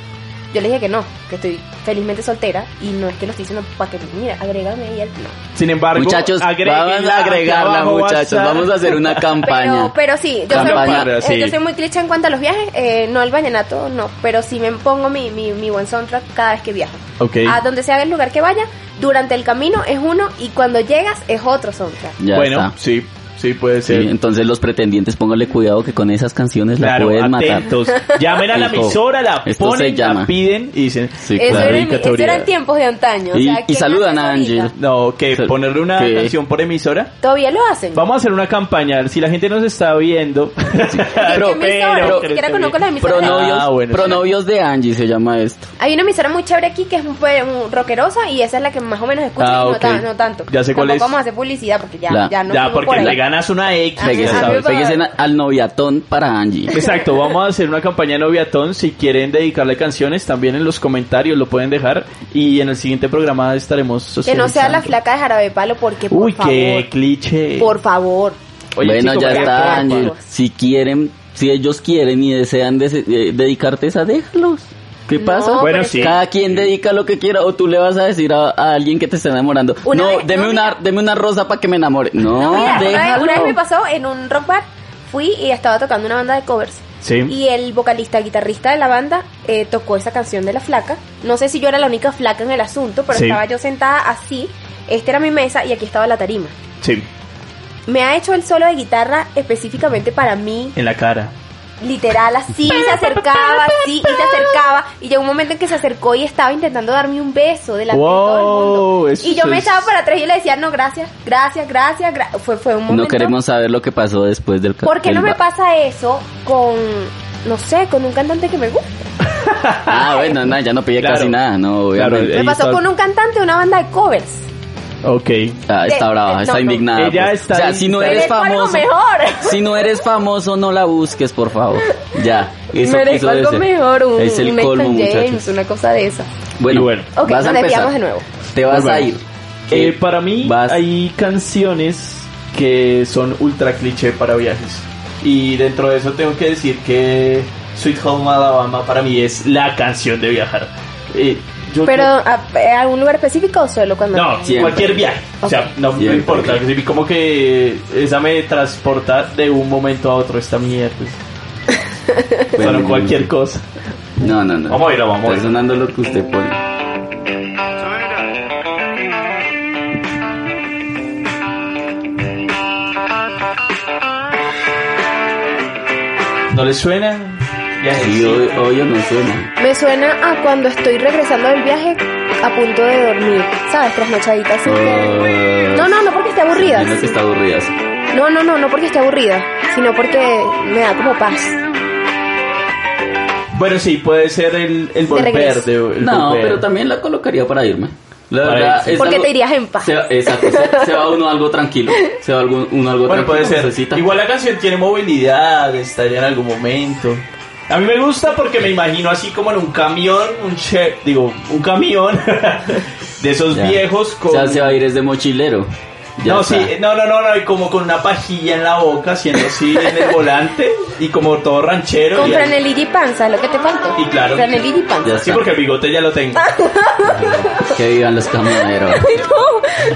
[SPEAKER 5] Yo le dije que no, que estoy felizmente soltera y no es que lo estoy diciendo para que, mira, agrégame y él no.
[SPEAKER 3] Sin embargo,
[SPEAKER 4] Muchachos, vamos
[SPEAKER 3] agréguenla,
[SPEAKER 4] a
[SPEAKER 3] aquí
[SPEAKER 4] agregarla,
[SPEAKER 3] abajo va a
[SPEAKER 4] muchachos.
[SPEAKER 3] estar.
[SPEAKER 4] Vamos a hacer una campaña.
[SPEAKER 5] Pero, pero sí, yo soy,
[SPEAKER 4] Campaña,
[SPEAKER 5] muy, eh,
[SPEAKER 3] sí.
[SPEAKER 5] yo soy muy cliché en cuanto a los viajes, eh, no el vallenato, no, pero sí me pongo mi, mi, mi buen soundtrack cada vez que viajo.
[SPEAKER 3] Ok.
[SPEAKER 5] A donde sea el lugar que vaya, durante el camino es uno y cuando llegas es otro soundtrack.
[SPEAKER 4] Ya
[SPEAKER 3] bueno,
[SPEAKER 4] está.
[SPEAKER 3] sí, sí puede
[SPEAKER 4] Sí,
[SPEAKER 3] ser.
[SPEAKER 4] entonces los pretendientes, pónganle cuidado que con esas canciones la
[SPEAKER 3] Claro,
[SPEAKER 4] pueden matar.
[SPEAKER 3] atentos. Llamen a la
[SPEAKER 4] Fijo.
[SPEAKER 3] emisora, la
[SPEAKER 4] Esto se
[SPEAKER 3] ponen,
[SPEAKER 4] llama.
[SPEAKER 3] la piden y dicen.
[SPEAKER 4] Sí,
[SPEAKER 5] eso,
[SPEAKER 4] claro.
[SPEAKER 5] era, en- eso
[SPEAKER 3] categoría.
[SPEAKER 5] eran tiempos de antaño. o
[SPEAKER 4] Y-
[SPEAKER 5] sea,
[SPEAKER 4] y
[SPEAKER 5] ¿quién
[SPEAKER 4] saludan
[SPEAKER 5] hace
[SPEAKER 4] a
[SPEAKER 5] eso
[SPEAKER 4] Ángel.
[SPEAKER 5] ahorita?
[SPEAKER 3] No, que
[SPEAKER 4] Sí.
[SPEAKER 3] ponerle una
[SPEAKER 4] Sí.
[SPEAKER 3] canción por emisora.
[SPEAKER 5] Todavía lo hacen.
[SPEAKER 3] Vamos a hacer una campaña, a ver si la gente nos está viendo.
[SPEAKER 5] Pero,
[SPEAKER 4] pero-
[SPEAKER 5] ni siquiera conozco las emisoras.
[SPEAKER 4] Pronovios,
[SPEAKER 3] Ah, bueno, sí.
[SPEAKER 4] pronovios de Angie se llama esto.
[SPEAKER 5] Hay una emisora muy chévere aquí que es un, pues, un rockerosa y esa es la que más o menos escucho,
[SPEAKER 3] Ah,
[SPEAKER 5] y no,
[SPEAKER 3] ok.
[SPEAKER 5] tan- no tanto.
[SPEAKER 3] Ya sé cuál
[SPEAKER 5] Tampoco
[SPEAKER 3] es.
[SPEAKER 5] vamos a hacer publicidad porque ya,
[SPEAKER 4] La-
[SPEAKER 5] ya no
[SPEAKER 3] ya,
[SPEAKER 5] fuimos
[SPEAKER 3] porque
[SPEAKER 5] por ahí.
[SPEAKER 3] le ganas una X.
[SPEAKER 5] Ajá,
[SPEAKER 3] ya
[SPEAKER 5] Ah, a mí
[SPEAKER 3] sabes.
[SPEAKER 5] me parece-
[SPEAKER 4] Péguese al noviatón para Angie.
[SPEAKER 3] Exacto, vamos a hacer una campaña de noviatón. Si quieren dedicarle canciones, también en los comentarios lo pueden dejar. Y en el siguiente programa estaremos.
[SPEAKER 5] Que no sea la
[SPEAKER 3] socializando.
[SPEAKER 5] flaca de jarabe de palo porque, por
[SPEAKER 3] Uy,
[SPEAKER 5] favor,
[SPEAKER 3] qué cliché.
[SPEAKER 5] por favor.
[SPEAKER 3] Oye,
[SPEAKER 4] bueno,
[SPEAKER 3] chico,
[SPEAKER 4] ya
[SPEAKER 3] vaya
[SPEAKER 4] está,
[SPEAKER 3] con-
[SPEAKER 4] Ángel.
[SPEAKER 5] Juan.
[SPEAKER 4] Si quieren, si ellos quieren y desean dese- eh, dedicarte esa, déjalos. ¿Qué
[SPEAKER 5] No,
[SPEAKER 4] pasa?
[SPEAKER 5] Bueno, pero
[SPEAKER 3] sí.
[SPEAKER 4] Cada quien dedica lo que quiera o tú le vas a decir a, a alguien que te está enamorando.
[SPEAKER 5] Una
[SPEAKER 4] no,
[SPEAKER 5] vez-
[SPEAKER 4] deme,
[SPEAKER 5] no,
[SPEAKER 4] una,
[SPEAKER 5] mira.
[SPEAKER 4] deme una rosa para que me enamore. No,
[SPEAKER 5] Mira, una vez,
[SPEAKER 4] déjalo.
[SPEAKER 5] una vez me pasó en un rock bar, fui y estaba tocando una banda de covers.
[SPEAKER 3] Sí.
[SPEAKER 5] Y el vocalista, guitarrista de la banda, eh, tocó esa canción de la flaca. No sé si yo era la única flaca en el asunto, pero
[SPEAKER 3] Sí.
[SPEAKER 5] estaba yo sentada así. Esta era mi mesa y aquí estaba la tarima.
[SPEAKER 3] Sí,
[SPEAKER 5] Me ha hecho el solo de guitarra específicamente para mí,
[SPEAKER 3] en la cara.
[SPEAKER 5] literal, así, y se acercaba, así, y se acercaba. Y llegó un momento en que se acercó y estaba intentando darme un beso delante de todo el
[SPEAKER 3] Wow,
[SPEAKER 5] mundo.
[SPEAKER 3] eso
[SPEAKER 5] Y yo me
[SPEAKER 3] es-
[SPEAKER 5] echaba para atrás y le decía, no, gracias, gracias, gracias. gra-". Fue, fue un momento.
[SPEAKER 4] No queremos saber lo que pasó después del
[SPEAKER 5] ¿Por qué
[SPEAKER 4] del
[SPEAKER 5] no me
[SPEAKER 4] ba-
[SPEAKER 5] pasa eso con, no sé, con un cantante que me gusta?
[SPEAKER 4] Ah, bueno, no, ya no pedí
[SPEAKER 3] Claro.
[SPEAKER 4] casi nada,
[SPEAKER 3] Claro,
[SPEAKER 4] no,
[SPEAKER 3] eh.
[SPEAKER 4] obviamente.
[SPEAKER 5] Me
[SPEAKER 3] Ahí
[SPEAKER 5] pasó
[SPEAKER 3] está.
[SPEAKER 5] con un cantante de una banda de covers.
[SPEAKER 3] Ok.
[SPEAKER 4] Ah, está
[SPEAKER 5] de-
[SPEAKER 4] brava,
[SPEAKER 5] no,
[SPEAKER 4] está
[SPEAKER 5] no.
[SPEAKER 4] indignada.
[SPEAKER 3] Ella
[SPEAKER 4] pues.
[SPEAKER 3] está
[SPEAKER 4] o sea, si no
[SPEAKER 3] indignada.
[SPEAKER 4] eres
[SPEAKER 5] Merezco algo
[SPEAKER 4] famoso,
[SPEAKER 5] mejor.
[SPEAKER 4] si no eres famoso, no la busques, por favor. Ya, eso,
[SPEAKER 5] Merezco
[SPEAKER 4] eso debe
[SPEAKER 5] algo
[SPEAKER 4] ser.
[SPEAKER 5] mejor, un,
[SPEAKER 4] es el
[SPEAKER 5] un
[SPEAKER 4] colmo,
[SPEAKER 5] Elton James,
[SPEAKER 4] muchachos.
[SPEAKER 5] una cosa de esa.
[SPEAKER 4] Bueno,
[SPEAKER 3] Y bueno.
[SPEAKER 5] Ok,
[SPEAKER 4] vas a empezar.
[SPEAKER 5] nos desviamos de nuevo.
[SPEAKER 4] Te vas
[SPEAKER 3] Nos
[SPEAKER 4] a
[SPEAKER 3] vemos.
[SPEAKER 4] ir.
[SPEAKER 3] Eh, para mí
[SPEAKER 4] Vas-
[SPEAKER 3] hay canciones que son ultra cliché para viajes. Y dentro de eso tengo que decir que Sweet Home Alabama para mí es la canción de viajar. Eh, yo
[SPEAKER 5] Pero, ¿a, a algún lugar específico o solo cuando.?
[SPEAKER 3] No,
[SPEAKER 4] Siempre.
[SPEAKER 3] cualquier viaje. O sea, no me
[SPEAKER 4] Siempre.
[SPEAKER 3] importa. Sí, Como que esa me transporta de un momento a otro esta mierda. Para cualquier cosa.
[SPEAKER 4] No, no, no.
[SPEAKER 6] Vamos a oírlo, vamos a
[SPEAKER 4] Está
[SPEAKER 6] oírlo.
[SPEAKER 4] sonando lo que usted pone.
[SPEAKER 3] ¿No les suena? Ya es.
[SPEAKER 4] Sí, hoy, hoy ya no suena.
[SPEAKER 5] Me suena a cuando estoy regresando del viaje a punto de dormir, ¿sabes? Trasnochadita así. que- No, no, no porque esté aburrida.
[SPEAKER 4] Es lo Ah, que está aburrida. sí.
[SPEAKER 5] No, no, no, no porque esté aburrida, sino porque me da como paz.
[SPEAKER 3] Bueno, sí, puede ser el, el volver.
[SPEAKER 5] regreso.
[SPEAKER 3] De, el
[SPEAKER 4] No,
[SPEAKER 3] volver.
[SPEAKER 4] pero también la colocaría para irme. La
[SPEAKER 3] Para
[SPEAKER 4] verdad
[SPEAKER 3] irse.
[SPEAKER 4] es
[SPEAKER 5] Porque
[SPEAKER 4] algo-
[SPEAKER 5] te irías en paz.
[SPEAKER 4] Se, exacto, se, se va uno algo tranquilo. Se va algún- uno algo
[SPEAKER 3] Bueno,
[SPEAKER 4] tranquilo.
[SPEAKER 3] puede ser.
[SPEAKER 4] necesita.
[SPEAKER 3] Igual la canción tiene movilidad, estaría en algún momento. A mí me gusta porque me imagino así como en un camión, un che, digo, un camión de esos
[SPEAKER 4] Ya.
[SPEAKER 3] viejos con...
[SPEAKER 4] O sea, se va a ir es de mochilero. Ya
[SPEAKER 3] no,
[SPEAKER 4] está.
[SPEAKER 3] sí, no, no, no, no, y como con una pajilla en la boca, haciendo así en el volante y como todo ranchero.
[SPEAKER 5] Con
[SPEAKER 3] y, así.
[SPEAKER 5] franelilla y panza, es lo que te faltó.
[SPEAKER 3] Y claro.
[SPEAKER 5] Franelilla y
[SPEAKER 4] Ya
[SPEAKER 5] panza.
[SPEAKER 4] está.
[SPEAKER 3] Sí, porque el bigote ya lo tengo.
[SPEAKER 4] Que vivan los camioneros.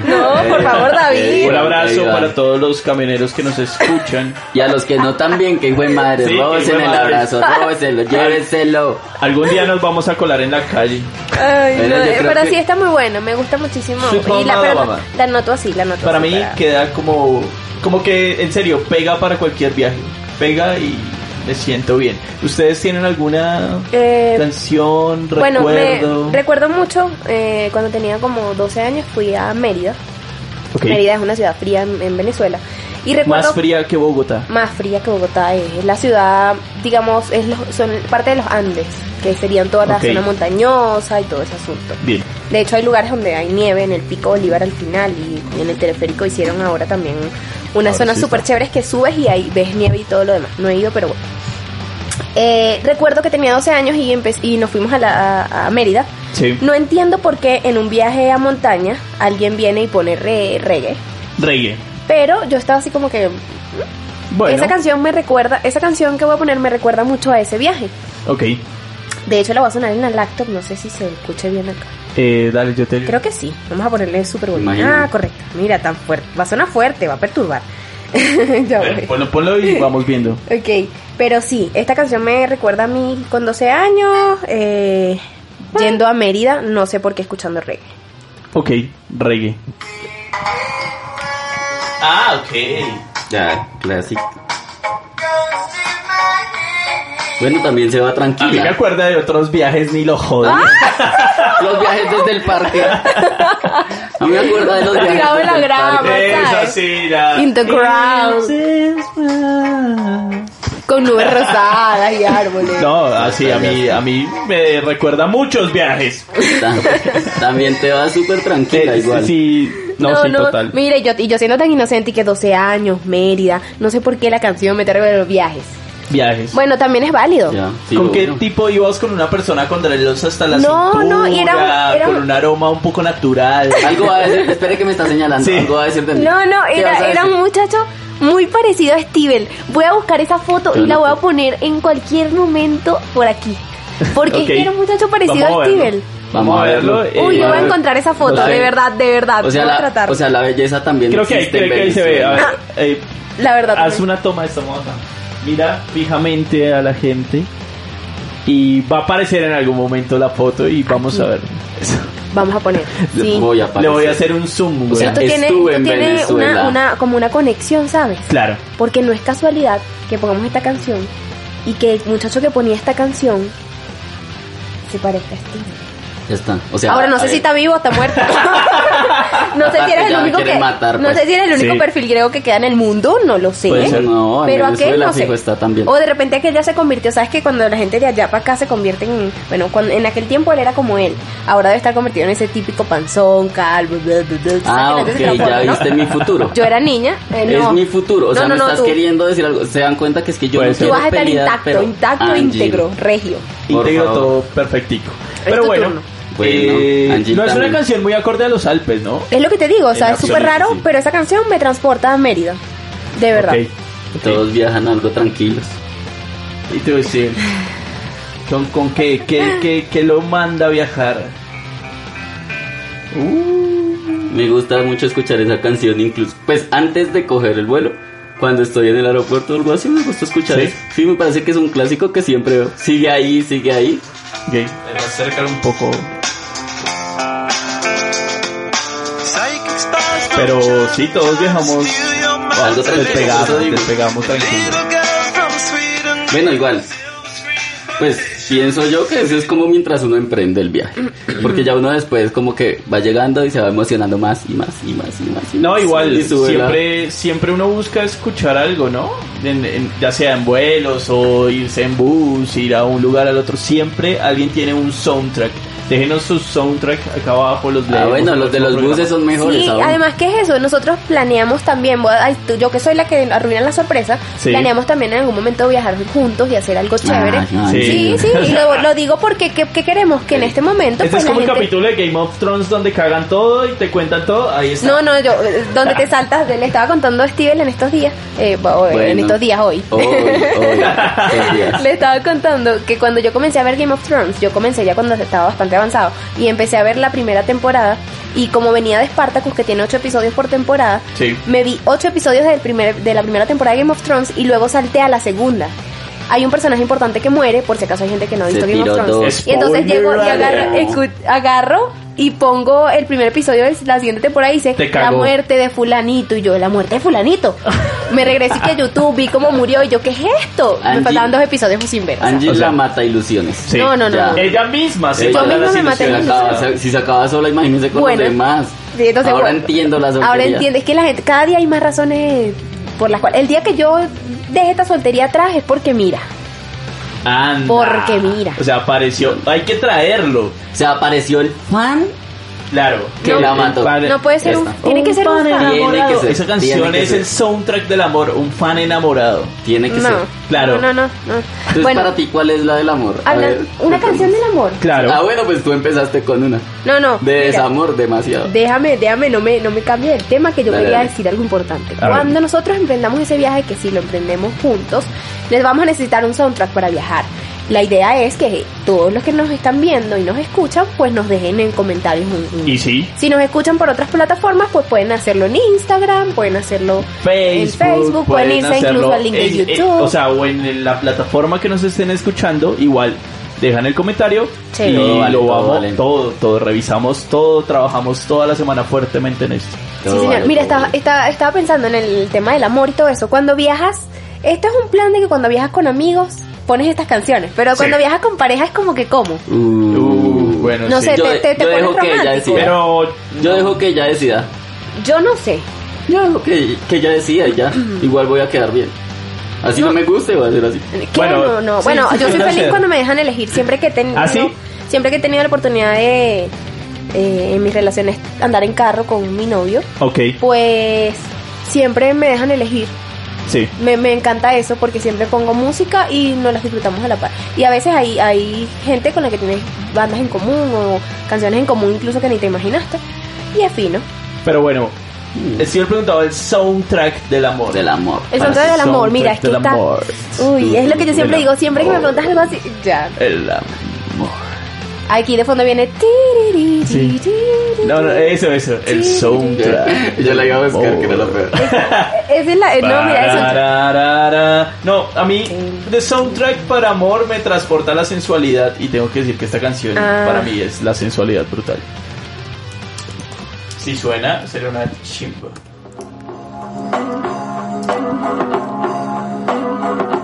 [SPEAKER 5] No, por favor, David.
[SPEAKER 3] Un abrazo
[SPEAKER 4] Ahí va.
[SPEAKER 3] para todos los camioneros que nos escuchan.
[SPEAKER 4] Y a los que no también, que buen madre,
[SPEAKER 3] Sí, que
[SPEAKER 4] róbesen el
[SPEAKER 3] hijuemadres.
[SPEAKER 4] abrazo, róbeselo, llévenselo.
[SPEAKER 3] Algún día nos vamos a colar en la calle.
[SPEAKER 5] Ay,
[SPEAKER 4] Bueno,
[SPEAKER 5] no, eh,
[SPEAKER 4] yo creo
[SPEAKER 5] pero
[SPEAKER 4] que-
[SPEAKER 5] sí está muy bueno, me gusta muchísimo.
[SPEAKER 4] Soy
[SPEAKER 5] Y la,
[SPEAKER 4] mamá,
[SPEAKER 5] pero-
[SPEAKER 4] mamá.
[SPEAKER 5] la noto así, la noto
[SPEAKER 3] Para
[SPEAKER 5] así,
[SPEAKER 3] mí queda como como que en serio pega para cualquier viaje. Pega y me siento bien. ¿Ustedes tienen alguna
[SPEAKER 5] Eh,
[SPEAKER 3] canción,
[SPEAKER 5] Bueno,
[SPEAKER 3] recuerdo?
[SPEAKER 5] me recuerdo mucho eh, cuando tenía como 12 años fui a Mérida.
[SPEAKER 3] Ok.
[SPEAKER 5] Mérida es una ciudad fría en, en Venezuela. Y recuerdo
[SPEAKER 3] Más fría que Bogotá.
[SPEAKER 5] más fría que Bogotá es la ciudad, digamos, es los- son parte de los Andes, que serían toda la
[SPEAKER 3] Ok.
[SPEAKER 5] zona montañosa y todo ese asunto.
[SPEAKER 3] Bien.
[SPEAKER 5] De hecho, hay lugares donde hay nieve, en el Pico Bolívar al final y en el teleférico hicieron ahora también unas zonas súper chéveres que subes y ahí ves nieve y todo lo demás. No he ido, pero bueno. Eh, recuerdo que tenía 12 años y, empe- y nos fuimos a, la, a- a Mérida.
[SPEAKER 3] Sí.
[SPEAKER 5] No entiendo por qué en un viaje a montaña alguien viene y pone re- reggae,
[SPEAKER 3] Reggae.
[SPEAKER 5] pero yo estaba así como que...
[SPEAKER 3] Bueno.
[SPEAKER 5] Esa canción me recuerda, esa canción que voy a poner me recuerda mucho a ese viaje.
[SPEAKER 3] Ok.
[SPEAKER 5] De hecho, la voy a sonar en la laptop, no sé si se escuche bien acá.
[SPEAKER 3] Eh, dale, yo te
[SPEAKER 5] Creo que sí. Vamos a ponerle super volumen.
[SPEAKER 4] Imagínate.
[SPEAKER 5] Ah, correcto. Mira, tan fuerte. Va a sonar fuerte, va a perturbar.
[SPEAKER 3] Bueno,
[SPEAKER 5] ya
[SPEAKER 3] pues.
[SPEAKER 5] voy.
[SPEAKER 3] ponlo, ponlo y vamos viendo.
[SPEAKER 5] Ok, pero sí, esta canción me recuerda a mí con 12 años, eh, yendo a Mérida, no sé por qué escuchando reggae.
[SPEAKER 3] Ok, reggae. Ah, ok.
[SPEAKER 4] Ya, clásico. Bueno, también se va
[SPEAKER 3] A mí me
[SPEAKER 4] tranquila.
[SPEAKER 3] acuerda de otros viajes, ni lo jodas.
[SPEAKER 4] Los viajes desde el parque. No me acuerdo de los viajes.
[SPEAKER 5] Tirado en la
[SPEAKER 4] desde el
[SPEAKER 5] grama.
[SPEAKER 4] parque.
[SPEAKER 5] ¿sabes?
[SPEAKER 3] así, la-
[SPEAKER 5] Ah, In the crowd. Con nubes rosadas y árboles.
[SPEAKER 3] No, así a mí, a mí me recuerda muchos viajes. Eh,
[SPEAKER 4] Ta- También te va súper tranquila
[SPEAKER 3] Sí,
[SPEAKER 4] igual.
[SPEAKER 3] sí, no, sí, total.
[SPEAKER 5] Mira, y yo, y yo siendo tan inocente y que 12 años, Mérida, no sé por qué la canción me trae los viajes.
[SPEAKER 3] Viajes.
[SPEAKER 5] Bueno, también es válido.
[SPEAKER 4] Ya, sí,
[SPEAKER 3] ¿Con qué
[SPEAKER 4] obvio.
[SPEAKER 3] tipo ibas con una persona con dreadlocks hasta la
[SPEAKER 5] No,
[SPEAKER 3] cintura?
[SPEAKER 5] no, y era- era-
[SPEAKER 3] Con un aroma un poco natural.
[SPEAKER 4] Algo va a decir, espere que me está señalando.
[SPEAKER 3] Sí.
[SPEAKER 4] Algo va a decir de mí.
[SPEAKER 5] No, no,
[SPEAKER 4] ¿Qué vas a
[SPEAKER 5] era, era
[SPEAKER 4] decir?
[SPEAKER 5] un muchacho muy parecido a Steven. Voy a buscar esa foto
[SPEAKER 4] Yo
[SPEAKER 5] y la
[SPEAKER 4] no
[SPEAKER 5] voy a
[SPEAKER 4] puedo.
[SPEAKER 5] poner en cualquier momento por aquí. Porque es
[SPEAKER 3] Ok.
[SPEAKER 5] que era un muchacho parecido
[SPEAKER 3] Vamos
[SPEAKER 5] a
[SPEAKER 3] a verlo.
[SPEAKER 5] Steven.
[SPEAKER 3] Vamos a verlo. eh,
[SPEAKER 5] Uy, yo voy a
[SPEAKER 4] bueno,
[SPEAKER 5] encontrar esa foto,
[SPEAKER 4] o sea,
[SPEAKER 5] de verdad, de verdad.
[SPEAKER 4] O sea,
[SPEAKER 5] voy a
[SPEAKER 4] la,
[SPEAKER 5] tratar.
[SPEAKER 4] o sea, la belleza también
[SPEAKER 3] Creo que ahí,
[SPEAKER 4] existe
[SPEAKER 3] creo
[SPEAKER 4] en
[SPEAKER 3] que ahí se ve. A
[SPEAKER 4] Venezuela.
[SPEAKER 3] ver,
[SPEAKER 5] Ah,
[SPEAKER 3] eh,
[SPEAKER 5] la verdad.
[SPEAKER 3] haz
[SPEAKER 5] también.
[SPEAKER 3] una toma de esta moda. Mira fijamente a la gente. Y va a aparecer en algún momento la foto y vamos a ver.
[SPEAKER 5] Vamos a poner.
[SPEAKER 4] Le
[SPEAKER 5] Sí.
[SPEAKER 4] Voy a
[SPEAKER 3] Le
[SPEAKER 4] aparecer.
[SPEAKER 3] voy a hacer un zoom, güey.
[SPEAKER 4] sea,
[SPEAKER 5] Esto tiene,
[SPEAKER 4] Estuve
[SPEAKER 5] esto
[SPEAKER 4] en
[SPEAKER 5] tiene una,
[SPEAKER 4] Venezuela.
[SPEAKER 5] una, como una conexión, ¿sabes?
[SPEAKER 3] Claro.
[SPEAKER 5] Porque no es casualidad que pongamos esta canción y que el muchacho que ponía esta canción se parezca a Steven.
[SPEAKER 4] Ya está. O sea,
[SPEAKER 5] Ahora no
[SPEAKER 4] a
[SPEAKER 5] sé
[SPEAKER 4] ver,
[SPEAKER 5] si está vivo o está muerto. no sé si
[SPEAKER 4] Aparte,
[SPEAKER 5] eres el
[SPEAKER 4] ya me
[SPEAKER 5] único
[SPEAKER 4] quieren
[SPEAKER 5] que
[SPEAKER 4] matar,
[SPEAKER 5] no
[SPEAKER 4] pues.
[SPEAKER 5] sé si eres el único
[SPEAKER 3] Sí.
[SPEAKER 5] perfil creo que queda en el mundo, no lo sé.
[SPEAKER 4] Puede ser, no, en
[SPEAKER 5] pero aquel
[SPEAKER 4] Venezuela
[SPEAKER 5] no sé.
[SPEAKER 4] fijo está también.
[SPEAKER 5] O de repente aquel ya se convirtió, sabes que cuando la gente de allá para acá se convierte en, bueno, cuando, en aquel tiempo él era como él. Ahora debe estar convertido en ese típico panzón, calvo, bla, bla, bla, ¿sabes
[SPEAKER 4] Ah,
[SPEAKER 5] que la
[SPEAKER 4] ok,
[SPEAKER 5] gente se transforma,
[SPEAKER 4] ya
[SPEAKER 5] ¿no?
[SPEAKER 4] viste mi futuro.
[SPEAKER 5] Yo era niña, eh, no.
[SPEAKER 4] Es mi futuro. O sea,
[SPEAKER 5] no, no,
[SPEAKER 4] me
[SPEAKER 5] no,
[SPEAKER 4] estás
[SPEAKER 5] tú,
[SPEAKER 4] queriendo decir algo. Se dan cuenta que es que yo
[SPEAKER 3] Puede
[SPEAKER 4] no
[SPEAKER 3] ser.
[SPEAKER 4] quiero
[SPEAKER 5] Tú vas a estar
[SPEAKER 4] pelear,
[SPEAKER 5] intacto,
[SPEAKER 4] pero-
[SPEAKER 5] intacto, e
[SPEAKER 4] Angie,
[SPEAKER 5] íntegro, regio.
[SPEAKER 4] Por
[SPEAKER 3] Íntegro
[SPEAKER 4] favor.
[SPEAKER 3] todo perfectico.
[SPEAKER 5] Es
[SPEAKER 3] Pero
[SPEAKER 5] tu
[SPEAKER 3] bueno,
[SPEAKER 5] turno.
[SPEAKER 4] Bueno,
[SPEAKER 3] eh,
[SPEAKER 4] Angie
[SPEAKER 3] no es una
[SPEAKER 4] también.
[SPEAKER 3] canción muy acorde a los Alpes, ¿no?
[SPEAKER 5] Es lo que te digo, o sea,
[SPEAKER 4] En
[SPEAKER 5] es súper
[SPEAKER 4] absoluto,
[SPEAKER 5] raro,
[SPEAKER 4] sí.
[SPEAKER 5] pero esa canción me transporta a Mérida. De verdad.
[SPEAKER 3] Ok, ok.
[SPEAKER 4] Todos viajan algo tranquilos.
[SPEAKER 3] Y te voy a decir, ¿con, con qué, qué, qué, qué lo manda a viajar?
[SPEAKER 4] Me gusta mucho escuchar esa canción incluso. Pues antes de coger el vuelo, cuando estoy en el aeropuerto o algo así, me gusta escuchar.
[SPEAKER 3] ¿Sí?
[SPEAKER 4] eso. Sí, me parece que es un clásico que siempre veo. Sigue ahí, sigue ahí.
[SPEAKER 3] Gay. Te va a acercar un poco. Pero sí, todos viajamos.
[SPEAKER 4] Algo tranquilo, eso
[SPEAKER 3] Despegamos,
[SPEAKER 4] digo.
[SPEAKER 3] despegamos tranquilo.
[SPEAKER 4] Bueno, igual. Pues pienso yo que eso es como mientras uno emprende el viaje. Porque ya uno después como que va llegando y se va emocionando más y más y más y más. y
[SPEAKER 3] No,
[SPEAKER 4] más.
[SPEAKER 3] igual,
[SPEAKER 4] Y sube la-
[SPEAKER 3] siempre, siempre uno busca escuchar algo, ¿no? En- en- ya sea en vuelos o irse en bus, ir a un lugar al otro, siempre alguien tiene un soundtrack. Déjenos su soundtrack acá abajo, los
[SPEAKER 4] Ah,
[SPEAKER 3] leemos
[SPEAKER 4] bueno,
[SPEAKER 3] en
[SPEAKER 4] los de
[SPEAKER 3] nuestro
[SPEAKER 4] los buses
[SPEAKER 3] programa.
[SPEAKER 4] son mejores
[SPEAKER 5] Sí,
[SPEAKER 4] aún.
[SPEAKER 5] además, ¿qué es eso? Nosotros planeamos también, voy a- ay, tú- yo que soy la que arruina la sorpresa,
[SPEAKER 3] Sí.
[SPEAKER 5] planeamos también en algún momento viajar juntos y hacer algo chévere.
[SPEAKER 4] Ay, no,
[SPEAKER 3] Sí.
[SPEAKER 5] Sí,
[SPEAKER 4] sí.
[SPEAKER 5] sí, y lo, lo digo porque ¿qué, qué queremos? Que en este momento
[SPEAKER 3] Este
[SPEAKER 5] pues
[SPEAKER 3] es como el
[SPEAKER 5] la gente...
[SPEAKER 3] capítulo de Game of Thrones donde cagan todo y te cuentan todo. Ahí está.
[SPEAKER 5] No, no, yo, eh, donde te saltas, le estaba contando a Steven en estos días, eh, bo- eh, en
[SPEAKER 4] Bueno.
[SPEAKER 5] estos días hoy.
[SPEAKER 3] Oh,
[SPEAKER 4] Hoy, hoy, estos días.
[SPEAKER 5] Le estaba contando que cuando yo comencé a ver Game of Thrones, yo comencé ya cuando estaba bastante avanzado y empecé a ver la primera temporada y como venía de Spartacus que tiene ocho episodios por temporada,
[SPEAKER 3] Sí.
[SPEAKER 5] me vi ocho episodios del primer, de la primera temporada de Game of Thrones y luego salté a la segunda. Hay un personaje importante que muere, por si acaso hay gente que no ha
[SPEAKER 4] Se
[SPEAKER 5] visto Game
[SPEAKER 4] tiró
[SPEAKER 5] of Thrones.
[SPEAKER 4] dos.
[SPEAKER 5] Y entonces llego y agarro,
[SPEAKER 3] Spoiler
[SPEAKER 5] escu- agarro y pongo el primer episodio de la siguiente temporada y dice
[SPEAKER 3] Te
[SPEAKER 5] la
[SPEAKER 3] cagó.
[SPEAKER 5] muerte de fulanito y yo la muerte de fulanito. Me regresé que a YouTube vi cómo murió y yo qué es esto.
[SPEAKER 4] Angie-
[SPEAKER 5] Me faltaban dos episodios sin ver. o sea.
[SPEAKER 4] Angie
[SPEAKER 3] O sea-
[SPEAKER 4] la mata ilusiones.
[SPEAKER 3] Sí.
[SPEAKER 5] no, no, no.
[SPEAKER 4] ya.
[SPEAKER 5] no.
[SPEAKER 3] Ella misma se
[SPEAKER 4] Ella
[SPEAKER 3] mata
[SPEAKER 4] misma
[SPEAKER 3] las
[SPEAKER 5] me mata
[SPEAKER 4] Si se
[SPEAKER 3] ilusiones.
[SPEAKER 4] acaba, se- si se acaba sola, imagínese con
[SPEAKER 5] Bueno.
[SPEAKER 4] los demás.
[SPEAKER 5] Sí, entonces,
[SPEAKER 4] Ahora
[SPEAKER 5] bueno,
[SPEAKER 4] entiendo la soltería.
[SPEAKER 5] Ahora entiendo, es que la gente, cada día hay más razones por las cuales. El día que yo deje esta soltería atrás es porque mira.
[SPEAKER 3] Anda.
[SPEAKER 5] Porque mira.
[SPEAKER 3] O sea, apareció. Hay que traerlo.
[SPEAKER 4] Se apareció el fan.
[SPEAKER 3] Claro.
[SPEAKER 4] Que la mató.
[SPEAKER 5] No puede ser un.
[SPEAKER 4] está.
[SPEAKER 5] Tiene que ser un
[SPEAKER 4] fan.
[SPEAKER 5] fan.
[SPEAKER 4] Tiene que ser,
[SPEAKER 3] Esa
[SPEAKER 4] tiene
[SPEAKER 3] canción
[SPEAKER 4] que
[SPEAKER 3] es
[SPEAKER 4] ser.
[SPEAKER 3] el soundtrack del amor. Un fan enamorado.
[SPEAKER 4] Tiene que ser.
[SPEAKER 5] No.
[SPEAKER 3] Claro.
[SPEAKER 5] No, no, no. no.
[SPEAKER 4] Entonces,
[SPEAKER 5] Bueno,
[SPEAKER 4] para ti, ¿cuál es la del amor? A
[SPEAKER 5] habla-
[SPEAKER 4] ver, cuéntame.
[SPEAKER 5] una canción del amor.
[SPEAKER 3] Claro.
[SPEAKER 4] Ah, bueno, pues tú empezaste con una.
[SPEAKER 5] No, no.
[SPEAKER 4] De
[SPEAKER 5] mira.
[SPEAKER 4] desamor, demasiado.
[SPEAKER 5] Déjame, déjame, no me, no me cambie el tema que yo
[SPEAKER 4] Dale,
[SPEAKER 5] quería
[SPEAKER 4] dale.
[SPEAKER 5] decir algo importante.
[SPEAKER 3] A ver.
[SPEAKER 5] Cuando nosotros emprendamos ese viaje, que si lo emprendemos juntos, les vamos a necesitar un soundtrack para viajar. La idea es que todos los que nos están viendo y nos escuchan, pues nos dejen en comentarios un- un-
[SPEAKER 3] Y sí.
[SPEAKER 5] Si nos escuchan por otras plataformas, pues pueden hacerlo en Instagram, pueden hacerlo en Facebook, pueden irse incluso
[SPEAKER 3] hacerlo
[SPEAKER 5] al link de
[SPEAKER 3] en- en-
[SPEAKER 5] YouTube.
[SPEAKER 3] o sea, o en la plataforma que nos estén escuchando, igual dejan el comentario
[SPEAKER 5] Sí.
[SPEAKER 3] y
[SPEAKER 4] Todo vale,
[SPEAKER 3] lo
[SPEAKER 4] todo
[SPEAKER 3] vamos
[SPEAKER 4] vale.
[SPEAKER 3] todo, todo, revisamos todo, trabajamos toda la semana fuertemente en esto.
[SPEAKER 5] Sí, señor.
[SPEAKER 4] Vale, todo
[SPEAKER 5] Mira, estaba,
[SPEAKER 4] vale.
[SPEAKER 5] estaba, estaba pensando en el tema del amor y todo eso. Cuando viajas, esto es un plan de que cuando viajas con amigos pones estas canciones, pero cuando
[SPEAKER 3] Sí.
[SPEAKER 5] viajas con pareja es como que como.
[SPEAKER 4] Uh,
[SPEAKER 3] Uh, bueno,
[SPEAKER 5] No
[SPEAKER 3] sí.
[SPEAKER 5] sé,
[SPEAKER 4] Yo-
[SPEAKER 5] te, te, te
[SPEAKER 4] yo
[SPEAKER 5] pones
[SPEAKER 4] dejo que ella decida.
[SPEAKER 5] romántico.
[SPEAKER 3] Pero
[SPEAKER 4] Yo dejo que ella decida.
[SPEAKER 5] Yo no sé.
[SPEAKER 4] Yo dejo que, que ella decida y ya. Igual voy a quedar bien. Así no, me guste, voy a hacer así.
[SPEAKER 5] ¿Qué?
[SPEAKER 3] Bueno,
[SPEAKER 5] no, no.
[SPEAKER 3] sí,
[SPEAKER 5] bueno,
[SPEAKER 3] sí,
[SPEAKER 5] yo soy
[SPEAKER 3] puede
[SPEAKER 5] feliz
[SPEAKER 3] ser.
[SPEAKER 5] cuando me dejan elegir. Siempre que he tenido,
[SPEAKER 3] ¿Ah, sí?
[SPEAKER 5] siempre que he tenido la oportunidad de eh, en mis relaciones andar en carro con mi novio,
[SPEAKER 3] ok,
[SPEAKER 5] pues siempre me dejan elegir.
[SPEAKER 3] sí.
[SPEAKER 5] Me, me encanta eso porque siempre pongo música y nos las disfrutamos a la par. Y a veces hay, hay gente con la que tienes bandas en común o canciones en común incluso que ni te imaginaste. Y es fino.
[SPEAKER 3] Pero bueno, el señor preguntaba el soundtrack del amor.
[SPEAKER 4] Del amor.
[SPEAKER 5] El
[SPEAKER 4] Para
[SPEAKER 5] soundtrack
[SPEAKER 4] sí.
[SPEAKER 5] del amor,
[SPEAKER 3] soundtrack
[SPEAKER 5] mira, es que
[SPEAKER 3] del
[SPEAKER 5] está...
[SPEAKER 3] amor.
[SPEAKER 5] Uy, es lo que yo siempre
[SPEAKER 3] Del
[SPEAKER 5] digo, siempre que me
[SPEAKER 4] amor.
[SPEAKER 5] preguntas algo así, ya.
[SPEAKER 3] El amor.
[SPEAKER 5] Aquí de fondo viene... tiriri,
[SPEAKER 3] Sí.
[SPEAKER 5] tiriri.
[SPEAKER 3] No, eh. no, eso, eso, el
[SPEAKER 5] Sí.
[SPEAKER 3] soundtrack.
[SPEAKER 4] Yo la iba a buscar,
[SPEAKER 3] del
[SPEAKER 4] que era lo
[SPEAKER 6] Oh.
[SPEAKER 3] amor.
[SPEAKER 4] peor.
[SPEAKER 5] Esa es la... eh, No, mira, eso...
[SPEAKER 3] Pararara. No, a mí The Soundtrack para Amor me transporta a la sensualidad y tengo que decir que esta canción
[SPEAKER 5] Ah.
[SPEAKER 3] para mí es la sensualidad brutal. Si suena, sería una chimba.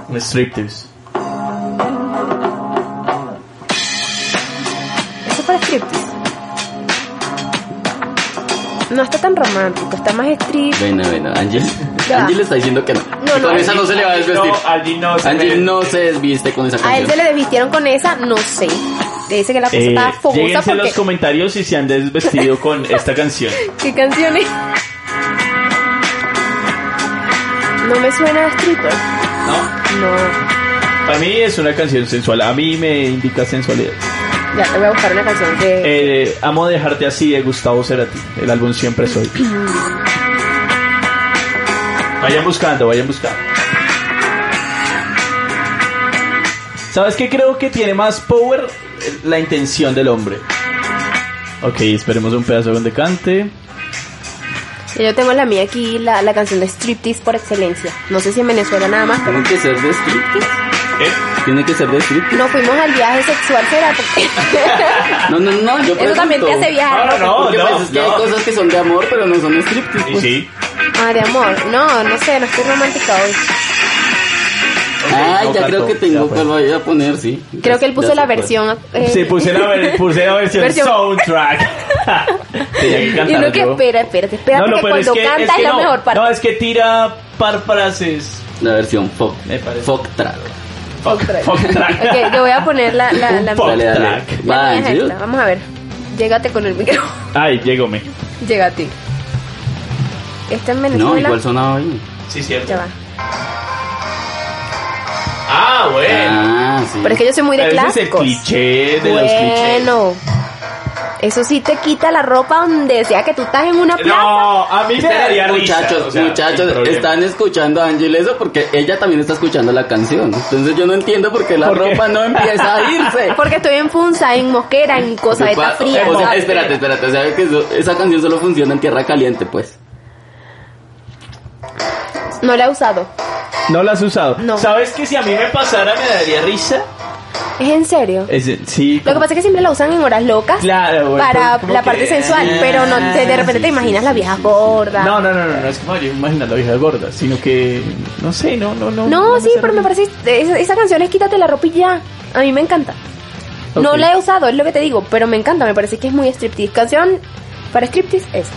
[SPEAKER 3] Un striptease.
[SPEAKER 5] Eso es para striptease. No está tan romántico, está más striptease.
[SPEAKER 4] Bueno, bueno, Ángel.
[SPEAKER 5] Ya.
[SPEAKER 4] Ángel le está diciendo que no.
[SPEAKER 5] No,
[SPEAKER 4] Que
[SPEAKER 5] no,
[SPEAKER 4] con esa no
[SPEAKER 5] Ángel-
[SPEAKER 4] se le va a desvestir.
[SPEAKER 3] No, Angie no se
[SPEAKER 4] Ángel
[SPEAKER 3] me-
[SPEAKER 4] no se desviste con esa
[SPEAKER 5] A él se
[SPEAKER 4] canción.
[SPEAKER 5] le desvistieron con esa, no sé. Dice que la cosa
[SPEAKER 3] Eh,
[SPEAKER 5] estaba fogosa
[SPEAKER 3] lléguense a los
[SPEAKER 5] porque...
[SPEAKER 3] comentarios si se han desvestido con esta canción.
[SPEAKER 5] ¿Qué canciones? No me suena a stripper.
[SPEAKER 3] No,
[SPEAKER 5] No.
[SPEAKER 3] para mí es una canción sensual. A mí me indica sensualidad.
[SPEAKER 5] Ya, te voy a buscar una canción que...
[SPEAKER 3] Eh, amo dejarte así de Gustavo Cerati. El álbum Siempre Soy. Vayan buscando, vayan buscando. ¿Sabes qué creo que tiene más power? Eh, La intención del hombre. Ok, esperemos un pedazo donde cante.
[SPEAKER 5] Yo tengo la mía aquí, la, la canción de Striptease por excelencia. No sé si en Venezuela nada más, pero...
[SPEAKER 4] ¿Tiene que ser de striptease?
[SPEAKER 6] Eh,
[SPEAKER 4] ¿Tiene que ser de striptease?
[SPEAKER 5] No fuimos al viaje sexual, será porque...
[SPEAKER 4] No, no, no, yo
[SPEAKER 5] Eso también te
[SPEAKER 4] pregunto.
[SPEAKER 5] hace
[SPEAKER 6] No,
[SPEAKER 5] viajar.
[SPEAKER 6] no, no.
[SPEAKER 4] Porque pues es que hay cosas que son de amor, pero no son striptease.
[SPEAKER 6] Y
[SPEAKER 4] pues.
[SPEAKER 6] sí.
[SPEAKER 5] Ah, de amor. No, no sé, no estoy romántica hoy.
[SPEAKER 4] Ay,
[SPEAKER 6] No,
[SPEAKER 4] Ah, ya
[SPEAKER 6] Cato,
[SPEAKER 4] creo que
[SPEAKER 6] ya
[SPEAKER 4] tengo
[SPEAKER 6] fue.
[SPEAKER 4] cuál voy a poner, sí.
[SPEAKER 5] Creo que él puso
[SPEAKER 4] Ya
[SPEAKER 5] la
[SPEAKER 4] se fue.
[SPEAKER 5] versión... eh,
[SPEAKER 3] Sí, puse la, ver- puse la versión,
[SPEAKER 5] Versión-
[SPEAKER 3] soundtrack. Tenía que
[SPEAKER 5] Y
[SPEAKER 3] cantar
[SPEAKER 5] uno que
[SPEAKER 3] yo.
[SPEAKER 5] espera, espérate, espérate, que
[SPEAKER 3] pero
[SPEAKER 5] cuando canta es, la
[SPEAKER 3] no,
[SPEAKER 5] mejor parte.
[SPEAKER 3] No, es que tira par frases.
[SPEAKER 4] La versión folk.
[SPEAKER 3] Me parece.
[SPEAKER 4] Folk track.
[SPEAKER 3] Fuck, fuck track.
[SPEAKER 5] Ok, yo voy a poner la... la, la
[SPEAKER 3] Fuck
[SPEAKER 4] Dale, dale.
[SPEAKER 3] track.
[SPEAKER 5] la
[SPEAKER 4] Va,
[SPEAKER 5] mía
[SPEAKER 4] ¿en
[SPEAKER 5] es
[SPEAKER 4] serio?
[SPEAKER 5] esta. Vamos a ver. Llégate con el micrófono.
[SPEAKER 3] Ay, llegóme.
[SPEAKER 5] Llega a ti. Esta en Venezuela...
[SPEAKER 4] No, igual sonaba bien.
[SPEAKER 6] Sí, cierto.
[SPEAKER 5] Ya va.
[SPEAKER 6] Ah, bueno.
[SPEAKER 4] Ah, sí.
[SPEAKER 5] Pero es que yo soy muy de
[SPEAKER 3] Eh, Pero ese es el
[SPEAKER 5] clásicos.
[SPEAKER 3] cliché de los clichés.
[SPEAKER 5] Bueno, eso sí te quita la ropa donde sea que tú estás en una plaza.
[SPEAKER 3] No, a mí me
[SPEAKER 4] Espera,
[SPEAKER 3] daría risa,
[SPEAKER 4] muchachos,
[SPEAKER 3] o sea, sin
[SPEAKER 4] muchachos,
[SPEAKER 3] problema.
[SPEAKER 4] están escuchando a Ángel eso porque ella también está escuchando la canción. Entonces yo no entiendo por qué la
[SPEAKER 3] ¿Por qué?
[SPEAKER 4] ropa no empieza a irse.
[SPEAKER 5] Porque estoy en Funza, en Mosquera, en cosas de
[SPEAKER 4] Ocupa-
[SPEAKER 5] estas frías.
[SPEAKER 4] o sea,
[SPEAKER 5] ¿sabes?
[SPEAKER 4] espérate, espérate, o sea que eso- esa canción solo funciona en tierra caliente, pues.
[SPEAKER 5] No la he usado.
[SPEAKER 3] No lo has usado.
[SPEAKER 5] No.
[SPEAKER 3] ¿Sabes que si a mí me pasara me daría risa?
[SPEAKER 5] ¿Es en serio?
[SPEAKER 3] Ese- sí.
[SPEAKER 5] Lo que
[SPEAKER 3] como-
[SPEAKER 5] pasa es que siempre la usan en horas locas
[SPEAKER 3] Eh. Claro, güey,
[SPEAKER 5] para
[SPEAKER 3] como- como
[SPEAKER 5] la parte
[SPEAKER 3] que-
[SPEAKER 5] sensual, pero no te- de repente te imaginas la vieja gorda.
[SPEAKER 3] No, no, no, no, no es como yo imagino a la vieja gorda, sino que no sé, no, no, no.
[SPEAKER 5] No, sí, pero me
[SPEAKER 3] parece
[SPEAKER 5] parece. Esa, esa canción es Quítate la ropa y ya. A mí me encanta. No
[SPEAKER 3] Ok.
[SPEAKER 5] la he usado, es lo que te digo, pero me encanta, me parece que es muy striptease. Canción para striptease, esa.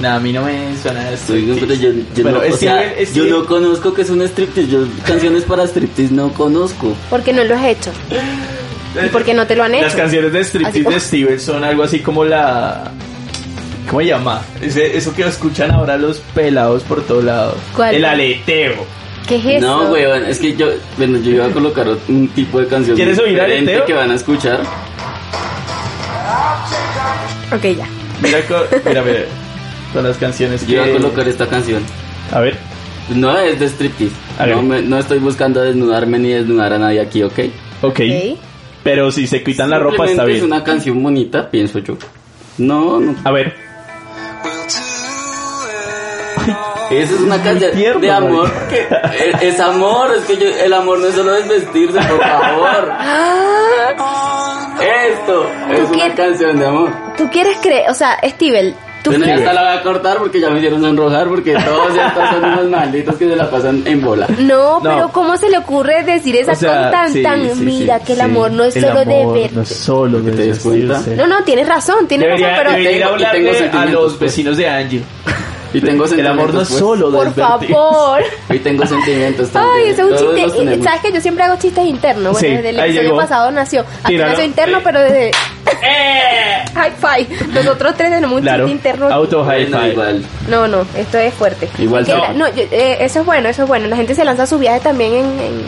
[SPEAKER 3] No, a mí no me suena eso.
[SPEAKER 4] Soy un- pero yo, yo
[SPEAKER 3] Bueno,
[SPEAKER 4] no, o
[SPEAKER 3] es
[SPEAKER 4] sea,
[SPEAKER 3] Steven- es
[SPEAKER 4] yo
[SPEAKER 3] Steven-
[SPEAKER 4] no conozco que es un striptease. Yo canciones para striptease no conozco.
[SPEAKER 5] Porque no lo has hecho. ¿Y por qué no te lo han hecho?
[SPEAKER 3] Las canciones de striptease
[SPEAKER 5] Así-
[SPEAKER 3] de Steven son algo así como la... ¿Cómo se llama? Ese- eso que escuchan ahora los pelados por todos lados.
[SPEAKER 5] ¿Cuál?
[SPEAKER 3] El aleteo.
[SPEAKER 5] ¿Qué es eso?
[SPEAKER 4] No, weón, es que yo, bueno, yo iba a colocar un tipo de canción
[SPEAKER 3] ¿Quieres oír
[SPEAKER 4] diferente
[SPEAKER 3] aleteo?
[SPEAKER 4] que van a escuchar.
[SPEAKER 5] Ok, ya.
[SPEAKER 3] Mira, co- mira, mira. Son las canciones
[SPEAKER 4] Yo iba a
[SPEAKER 3] que-
[SPEAKER 4] colocar esta canción.
[SPEAKER 3] A ver.
[SPEAKER 4] No es de striptease.
[SPEAKER 3] A ver.
[SPEAKER 4] No, me- no estoy buscando desnudarme ni desnudar a nadie aquí, ¿ok?
[SPEAKER 3] Ok.
[SPEAKER 5] Ok.
[SPEAKER 3] Pero si se quitan la ropa está
[SPEAKER 4] Simplemente Es
[SPEAKER 3] bien.
[SPEAKER 4] una canción bonita, pienso yo. No, no.
[SPEAKER 3] A ver.
[SPEAKER 4] Esa es una canción
[SPEAKER 3] tierno,
[SPEAKER 4] de amor.
[SPEAKER 3] marica.
[SPEAKER 4] Que, es, es amor, es que yo, el amor no es solo desvestirse, por favor. Esto es
[SPEAKER 5] ¿Tú
[SPEAKER 4] una
[SPEAKER 5] qué?
[SPEAKER 4] canción de amor.
[SPEAKER 5] Tú quieres creer, o sea, Steven, tú
[SPEAKER 4] Bueno, ya
[SPEAKER 5] crees-
[SPEAKER 4] hasta la voy a cortar porque ya me hicieron sonrojar porque todos estos son unos malditos que se la pasan en bola.
[SPEAKER 5] No,
[SPEAKER 3] No.
[SPEAKER 5] pero ¿cómo se le ocurre decir esa
[SPEAKER 3] O sea,
[SPEAKER 5] cosa tan,
[SPEAKER 3] sí,
[SPEAKER 5] tan,
[SPEAKER 3] sí, sí,
[SPEAKER 5] mira, que el amor no es
[SPEAKER 3] el
[SPEAKER 5] solo de
[SPEAKER 3] amor
[SPEAKER 5] ver.
[SPEAKER 3] No es solo de
[SPEAKER 4] Que te des cuenta.
[SPEAKER 3] vestirse.
[SPEAKER 5] No, no, tienes razón, tienes
[SPEAKER 3] Debería,
[SPEAKER 5] razón, pero
[SPEAKER 3] debería
[SPEAKER 4] Tengo- y tengo
[SPEAKER 3] hablarle a
[SPEAKER 4] sentimientos,
[SPEAKER 3] los
[SPEAKER 4] pues.
[SPEAKER 3] vecinos de Angie.
[SPEAKER 4] Y tengo
[SPEAKER 3] El amor no
[SPEAKER 4] sentimientos.
[SPEAKER 3] es
[SPEAKER 4] pues.
[SPEAKER 3] solo de
[SPEAKER 5] por
[SPEAKER 3] vestirse.
[SPEAKER 5] favor.
[SPEAKER 4] Y tengo sentimientos también.
[SPEAKER 5] Ay, ese es un
[SPEAKER 4] Todos los
[SPEAKER 5] chiste.
[SPEAKER 4] tenemos.
[SPEAKER 5] ¿Sabes que yo siempre hago chistes internos? Bueno,
[SPEAKER 3] Sí,
[SPEAKER 5] desde el
[SPEAKER 3] ahí
[SPEAKER 5] episodio
[SPEAKER 3] llegó.
[SPEAKER 5] pasado nació. Aquí
[SPEAKER 3] Tíralo.
[SPEAKER 5] nació interno, pero desde
[SPEAKER 3] ¡Eh!
[SPEAKER 5] Hi-Fi. Nosotros tres tenemos un
[SPEAKER 3] Claro.
[SPEAKER 5] chiste interno.
[SPEAKER 3] Auto high
[SPEAKER 4] Bueno, igual.
[SPEAKER 5] No, no, esto es fuerte.
[SPEAKER 4] Igual
[SPEAKER 5] Que
[SPEAKER 4] no.
[SPEAKER 5] la- no, yo- eh, eso es bueno, eso es bueno. La gente se lanza a su viaje también en- en,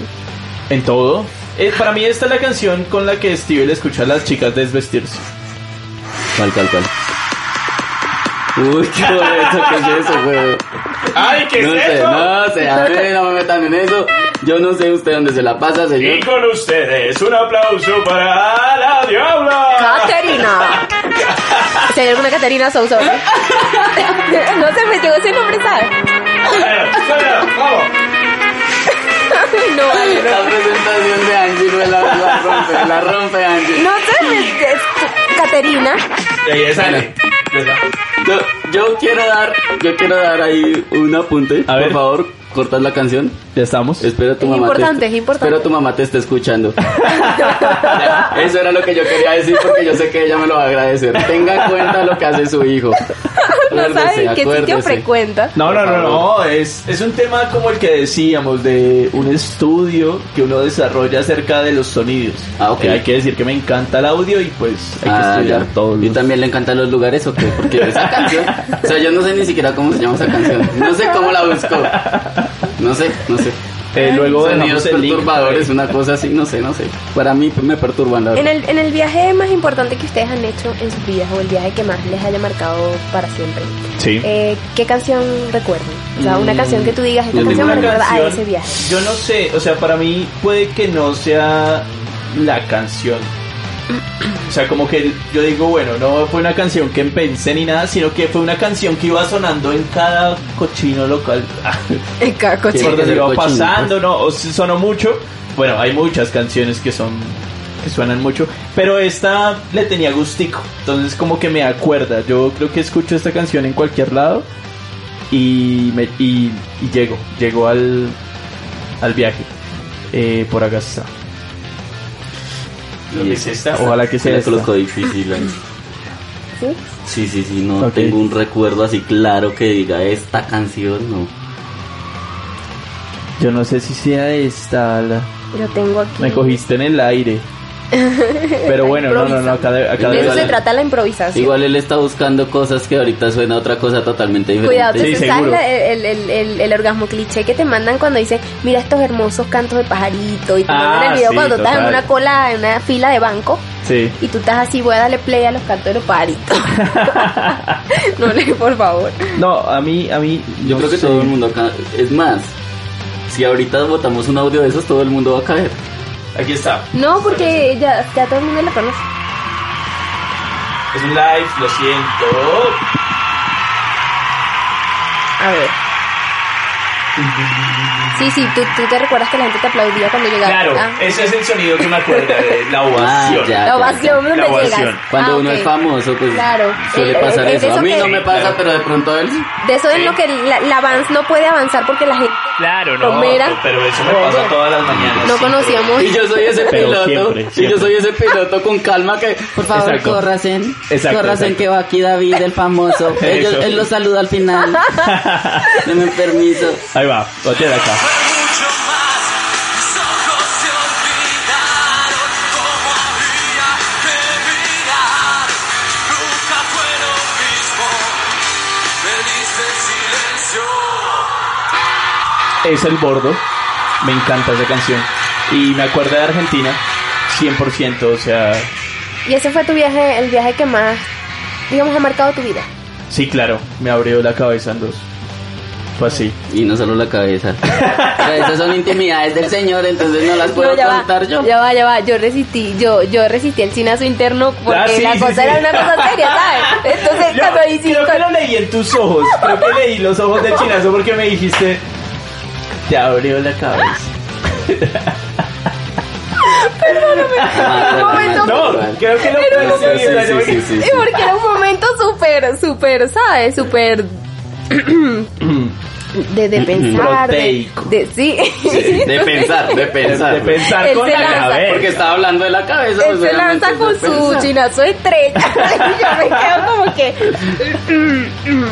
[SPEAKER 3] En todo. Eh, para mí esta es la canción con la que Steve le escucha a las chicas desvestirse.
[SPEAKER 4] Cual, cual, cual. Uy, qué bonito que es eso, güey.
[SPEAKER 6] ¡Ay, qué
[SPEAKER 4] No
[SPEAKER 6] es
[SPEAKER 4] sé,
[SPEAKER 6] eso!
[SPEAKER 4] no sé, a ver, no me metan en eso. Yo no sé usted dónde se la pasa,
[SPEAKER 6] Y
[SPEAKER 4] señor.
[SPEAKER 6] con ustedes, un aplauso para la diabla.
[SPEAKER 5] Caterina. Si hay alguna Caterina Sousa. ¿no? No se me llegó ese nombre, ¿sabes?
[SPEAKER 6] Bueno, bueno, vamos.
[SPEAKER 5] Ay, No, vale, no.
[SPEAKER 4] La presentación de Angie güey, la, la rompe, la rompe Angie.
[SPEAKER 5] No se me... es- Caterina.
[SPEAKER 6] Y ahí sale.
[SPEAKER 4] Yo, yo quiero dar, yo quiero dar ahí un apunte.
[SPEAKER 3] A ver.
[SPEAKER 4] Por favor, cortas la canción.
[SPEAKER 3] Ya estamos.
[SPEAKER 4] Espero tu
[SPEAKER 5] Es
[SPEAKER 4] mamá.
[SPEAKER 5] importante,
[SPEAKER 4] te,
[SPEAKER 5] es importante.
[SPEAKER 4] Espero tu mamá te esté escuchando. Eso era lo que yo quería decir porque yo sé que ella me lo va a agradecer. Tenga en cuenta lo que hace su hijo.
[SPEAKER 5] No
[SPEAKER 4] Acuérdese,
[SPEAKER 5] saben qué sitio
[SPEAKER 4] acuérdese.
[SPEAKER 5] frecuenta.
[SPEAKER 3] No, no, no, no, es, es un tema como el que decíamos de un estudio que uno desarrolla acerca de los sonidos.
[SPEAKER 4] Ah, ok.
[SPEAKER 3] Que hay que decir que me encanta el audio y pues hay que
[SPEAKER 4] Ah,
[SPEAKER 3] estudiar
[SPEAKER 4] ya.
[SPEAKER 3] todo.
[SPEAKER 4] ¿Y también le encantan los lugares o qué? Porque esa canción, o sea, yo no sé ni siquiera cómo se llama esa canción. No sé cómo la busco. No sé, no sé.
[SPEAKER 3] Eh, luego
[SPEAKER 4] Sonidos
[SPEAKER 3] dejamos el link.
[SPEAKER 4] perturbadores, una cosa así, no sé, no sé. Para mí me perturban la
[SPEAKER 5] En
[SPEAKER 4] verdad.
[SPEAKER 5] el, en el viaje más importante que ustedes han hecho en sus vidas o el viaje que más les haya marcado para siempre,
[SPEAKER 3] Sí.
[SPEAKER 5] eh, ¿qué canción recuerdan? O sea, una
[SPEAKER 4] Mm,
[SPEAKER 5] canción que tú digas, esta
[SPEAKER 4] yo tengo
[SPEAKER 5] canción me
[SPEAKER 3] Una
[SPEAKER 5] recuerda a
[SPEAKER 3] canción,
[SPEAKER 5] ah, ese viaje.
[SPEAKER 3] Yo no sé, o sea, para mí puede que no sea la canción O sea, como que yo digo, bueno, no fue una canción que pensé ni nada, sino que fue una canción que iba sonando en cada cochino local. Ah,
[SPEAKER 5] En cada
[SPEAKER 3] Sí,
[SPEAKER 5] coche.
[SPEAKER 4] Sí,
[SPEAKER 3] por donde
[SPEAKER 4] el
[SPEAKER 3] iba
[SPEAKER 4] cochino.
[SPEAKER 3] pasando, ¿no? O si sonó mucho. Bueno, hay muchas canciones que son que suenan mucho, pero esta le tenía gustico, entonces como que me acuerda. Yo creo que escucho esta canción en cualquier lado y me- y, y llego, llego al al viaje eh, por acá está. Creo que es esta. Ojalá que sea
[SPEAKER 4] la
[SPEAKER 3] esta.
[SPEAKER 4] colocó difícil. ahí.
[SPEAKER 5] ¿Sí?
[SPEAKER 4] Sí, sí, sí, no
[SPEAKER 3] Ok.
[SPEAKER 4] tengo un recuerdo así claro que diga esta canción, no.
[SPEAKER 3] Yo no sé si sea esta. la-
[SPEAKER 5] Lo tengo aquí.
[SPEAKER 3] Me cogiste en el aire. Pero bueno, no, no, no, acá, de- acá
[SPEAKER 5] De
[SPEAKER 3] debe
[SPEAKER 5] eso se
[SPEAKER 3] haber-
[SPEAKER 5] trata la improvisación.
[SPEAKER 4] Igual él está buscando cosas que ahorita suena a otra cosa totalmente diferente.
[SPEAKER 5] Cuidado,
[SPEAKER 3] Sí,
[SPEAKER 5] entonces
[SPEAKER 3] seguro.
[SPEAKER 5] ¿sabes la- el, el- el- el orgasmo cliché que te mandan cuando dicen, mira estos hermosos cantos de pajarito? Y te
[SPEAKER 3] Ah,
[SPEAKER 5] mandan el video
[SPEAKER 3] sí,
[SPEAKER 5] cuando estás en
[SPEAKER 3] total.
[SPEAKER 5] una cola, en una fila de banco,
[SPEAKER 3] Sí.
[SPEAKER 5] y tú estás así, voy a darle play a los cantos de los pajaritos. no le, por favor.
[SPEAKER 3] No, a mí, a mí.
[SPEAKER 4] Yo
[SPEAKER 3] no
[SPEAKER 4] creo que
[SPEAKER 3] sé.
[SPEAKER 4] todo el mundo acá, es más, si ahorita botamos un audio de esos, todo el mundo va a caer.
[SPEAKER 3] Aquí está.
[SPEAKER 5] No, porque ya, ya todo el mundo lo conoce.
[SPEAKER 3] Es un live, lo siento.
[SPEAKER 5] A ver. Sí, sí, tú, tú te recuerdas que la gente te aplaudía cuando llegaba.
[SPEAKER 3] Claro, Eh,
[SPEAKER 5] Ah,
[SPEAKER 3] ese es el sonido que me acuerda de la
[SPEAKER 4] Ah,
[SPEAKER 3] ovación.
[SPEAKER 4] ya, ya,
[SPEAKER 5] la
[SPEAKER 4] ya.
[SPEAKER 5] ovación donde
[SPEAKER 3] La ovación.
[SPEAKER 5] llegas.
[SPEAKER 4] Cuando
[SPEAKER 5] Ah,
[SPEAKER 4] uno
[SPEAKER 5] ok.
[SPEAKER 4] es famoso, pues
[SPEAKER 5] Claro.
[SPEAKER 4] suele
[SPEAKER 5] Eh,
[SPEAKER 4] pasar
[SPEAKER 5] eh,
[SPEAKER 4] eso.
[SPEAKER 5] eso
[SPEAKER 4] A mí
[SPEAKER 5] que-
[SPEAKER 4] no me pasa, pero de pronto a él sí.
[SPEAKER 5] De eso es
[SPEAKER 3] Sí.
[SPEAKER 5] lo que la, la Vans no puede avanzar porque la gente
[SPEAKER 3] Claro, no.
[SPEAKER 5] Romera.
[SPEAKER 3] Pero eso me pasa todas las mañanas.
[SPEAKER 5] no
[SPEAKER 3] sí,
[SPEAKER 5] conocíamos.
[SPEAKER 4] Y yo soy ese
[SPEAKER 3] Pero
[SPEAKER 4] piloto.
[SPEAKER 3] siempre,
[SPEAKER 4] Y
[SPEAKER 3] siempre.
[SPEAKER 4] yo soy ese piloto con calma que, por favor,
[SPEAKER 3] Exacto.
[SPEAKER 4] corrasen.
[SPEAKER 3] Exacto,
[SPEAKER 4] corrasen
[SPEAKER 3] exacto.
[SPEAKER 4] que va aquí David, el famoso. Ellos-
[SPEAKER 3] Eso.
[SPEAKER 4] él los saluda al final. Denme permiso.
[SPEAKER 3] pero- Ahí va, lo tiene acá. Es el bordo. Me encanta esa canción. Y me acuerda de Argentina. 100%, o sea,
[SPEAKER 5] Y ese fue tu viaje, el viaje que más, digamos, ha marcado tu vida.
[SPEAKER 3] sí, claro, me abrió la cabeza en dos. Fue así.
[SPEAKER 4] Y no solo la cabeza. Pero esas son intimidades del señor, entonces no las puedo
[SPEAKER 5] No, ya va,
[SPEAKER 4] contar yo.
[SPEAKER 5] Ya va, ya va. Yo resistí, yo, yo resistí el chinazo interno porque
[SPEAKER 3] Ah, sí,
[SPEAKER 5] la
[SPEAKER 3] sí,
[SPEAKER 5] cosa
[SPEAKER 3] sí.
[SPEAKER 5] era una cosa seria, ¿sabes? Entonces,
[SPEAKER 3] Yo
[SPEAKER 5] cuando ahí sí,
[SPEAKER 3] creo que
[SPEAKER 5] cuando-
[SPEAKER 3] lo leí en tus ojos. Creo que leí los ojos de chinazo porque me dijiste. Te abrió la cabeza.
[SPEAKER 4] Ah,
[SPEAKER 5] momento.
[SPEAKER 4] bueno,
[SPEAKER 3] No,
[SPEAKER 4] bueno.
[SPEAKER 3] creo que lo creo que
[SPEAKER 4] Sí, sí, sí, sí, sí, sí.
[SPEAKER 5] Y porque era un momento súper, súper, ¿sabes? Súper de, de pensar. De,
[SPEAKER 3] Proteico.
[SPEAKER 5] de- sí.
[SPEAKER 4] Sí, De pensar, de
[SPEAKER 3] De,
[SPEAKER 4] pensar.
[SPEAKER 3] de pensar
[SPEAKER 5] Él
[SPEAKER 3] con
[SPEAKER 5] se
[SPEAKER 3] la
[SPEAKER 5] lanza.
[SPEAKER 3] cabeza.
[SPEAKER 4] Porque estaba hablando de la cabeza.
[SPEAKER 5] Él
[SPEAKER 4] pues,
[SPEAKER 5] se
[SPEAKER 4] obviamente
[SPEAKER 5] lanza
[SPEAKER 4] es de
[SPEAKER 5] con su
[SPEAKER 4] pensar.
[SPEAKER 5] chinazo estrecho. y yo me quedo como que.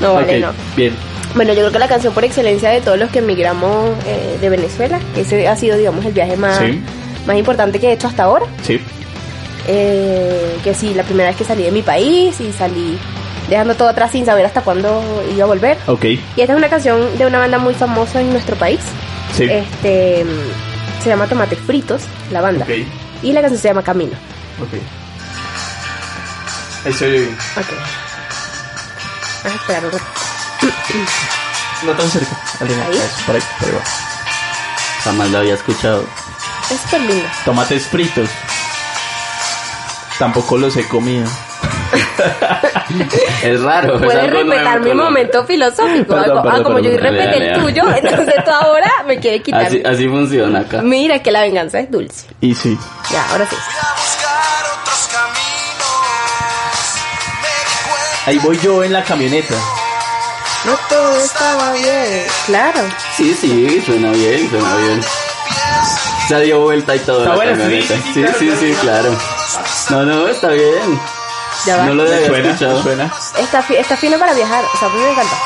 [SPEAKER 5] No, vale,
[SPEAKER 3] Ok,
[SPEAKER 5] no.
[SPEAKER 3] Bien.
[SPEAKER 5] Bueno, yo creo que la canción por excelencia de todos los que emigramos eh, de Venezuela, ese ha sido, digamos, el viaje más,
[SPEAKER 3] Sí.
[SPEAKER 5] más importante que he hecho hasta ahora.
[SPEAKER 3] Sí.
[SPEAKER 5] Eh, que sí, la primera vez que salí de mi país y salí dejando todo atrás sin saber hasta cuándo iba a volver.
[SPEAKER 3] Ok.
[SPEAKER 5] Y esta es una canción de una banda muy famosa en nuestro país.
[SPEAKER 3] Sí.
[SPEAKER 5] Este mm, se llama Tomates Fritos, la banda.
[SPEAKER 3] Ok.
[SPEAKER 5] Y la canción se llama Camino.
[SPEAKER 3] Ok. Ahí se oye bien.
[SPEAKER 5] Ok. Vamos a esperar un rato.
[SPEAKER 3] No tan cerca. Alina,
[SPEAKER 5] Ahí.
[SPEAKER 3] Por ahí, por ahí va.
[SPEAKER 4] Jamás lo había escuchado.
[SPEAKER 5] Es súper lindo.
[SPEAKER 3] Tomates fritos. Tampoco los he comido.
[SPEAKER 4] Es raro. es
[SPEAKER 5] Puedes
[SPEAKER 4] Pues algo nuevo
[SPEAKER 5] respetar
[SPEAKER 4] en
[SPEAKER 5] mi
[SPEAKER 4] Colombia.
[SPEAKER 5] momento filosófico.
[SPEAKER 3] Perdón,
[SPEAKER 5] Ah, co- ah,
[SPEAKER 3] perdón,
[SPEAKER 5] como yo
[SPEAKER 3] perdón,
[SPEAKER 5] irrespeté
[SPEAKER 4] dale,
[SPEAKER 5] el
[SPEAKER 4] dale. Ah,
[SPEAKER 5] tuyo, entonces tú ahora me quieres quitar.
[SPEAKER 4] Así, así funciona acá.
[SPEAKER 5] Mira que la venganza es dulce.
[SPEAKER 3] Y sí.
[SPEAKER 5] Ya, ahora sí.
[SPEAKER 7] Voy a buscar otros caminos. Me di cuenta
[SPEAKER 3] Ahí voy yo en la camioneta.
[SPEAKER 5] No todo estaba bien. Claro.
[SPEAKER 4] Sí, sí, suena bien, suena bien. Se dio vuelta y todo.
[SPEAKER 3] Está
[SPEAKER 4] la
[SPEAKER 3] bueno,
[SPEAKER 4] camioneta.
[SPEAKER 3] sí, sí,
[SPEAKER 4] sí,
[SPEAKER 3] claro,
[SPEAKER 4] sí,
[SPEAKER 3] claro,
[SPEAKER 4] sí, claro. No, no, está bien.
[SPEAKER 5] Ya va.
[SPEAKER 4] No lo
[SPEAKER 3] ¿Me
[SPEAKER 4] había
[SPEAKER 3] suena?
[SPEAKER 4] escuchado.
[SPEAKER 3] ¿Me suena?
[SPEAKER 5] Está, fi- está fino para viajar. O sea, a mí me encanta.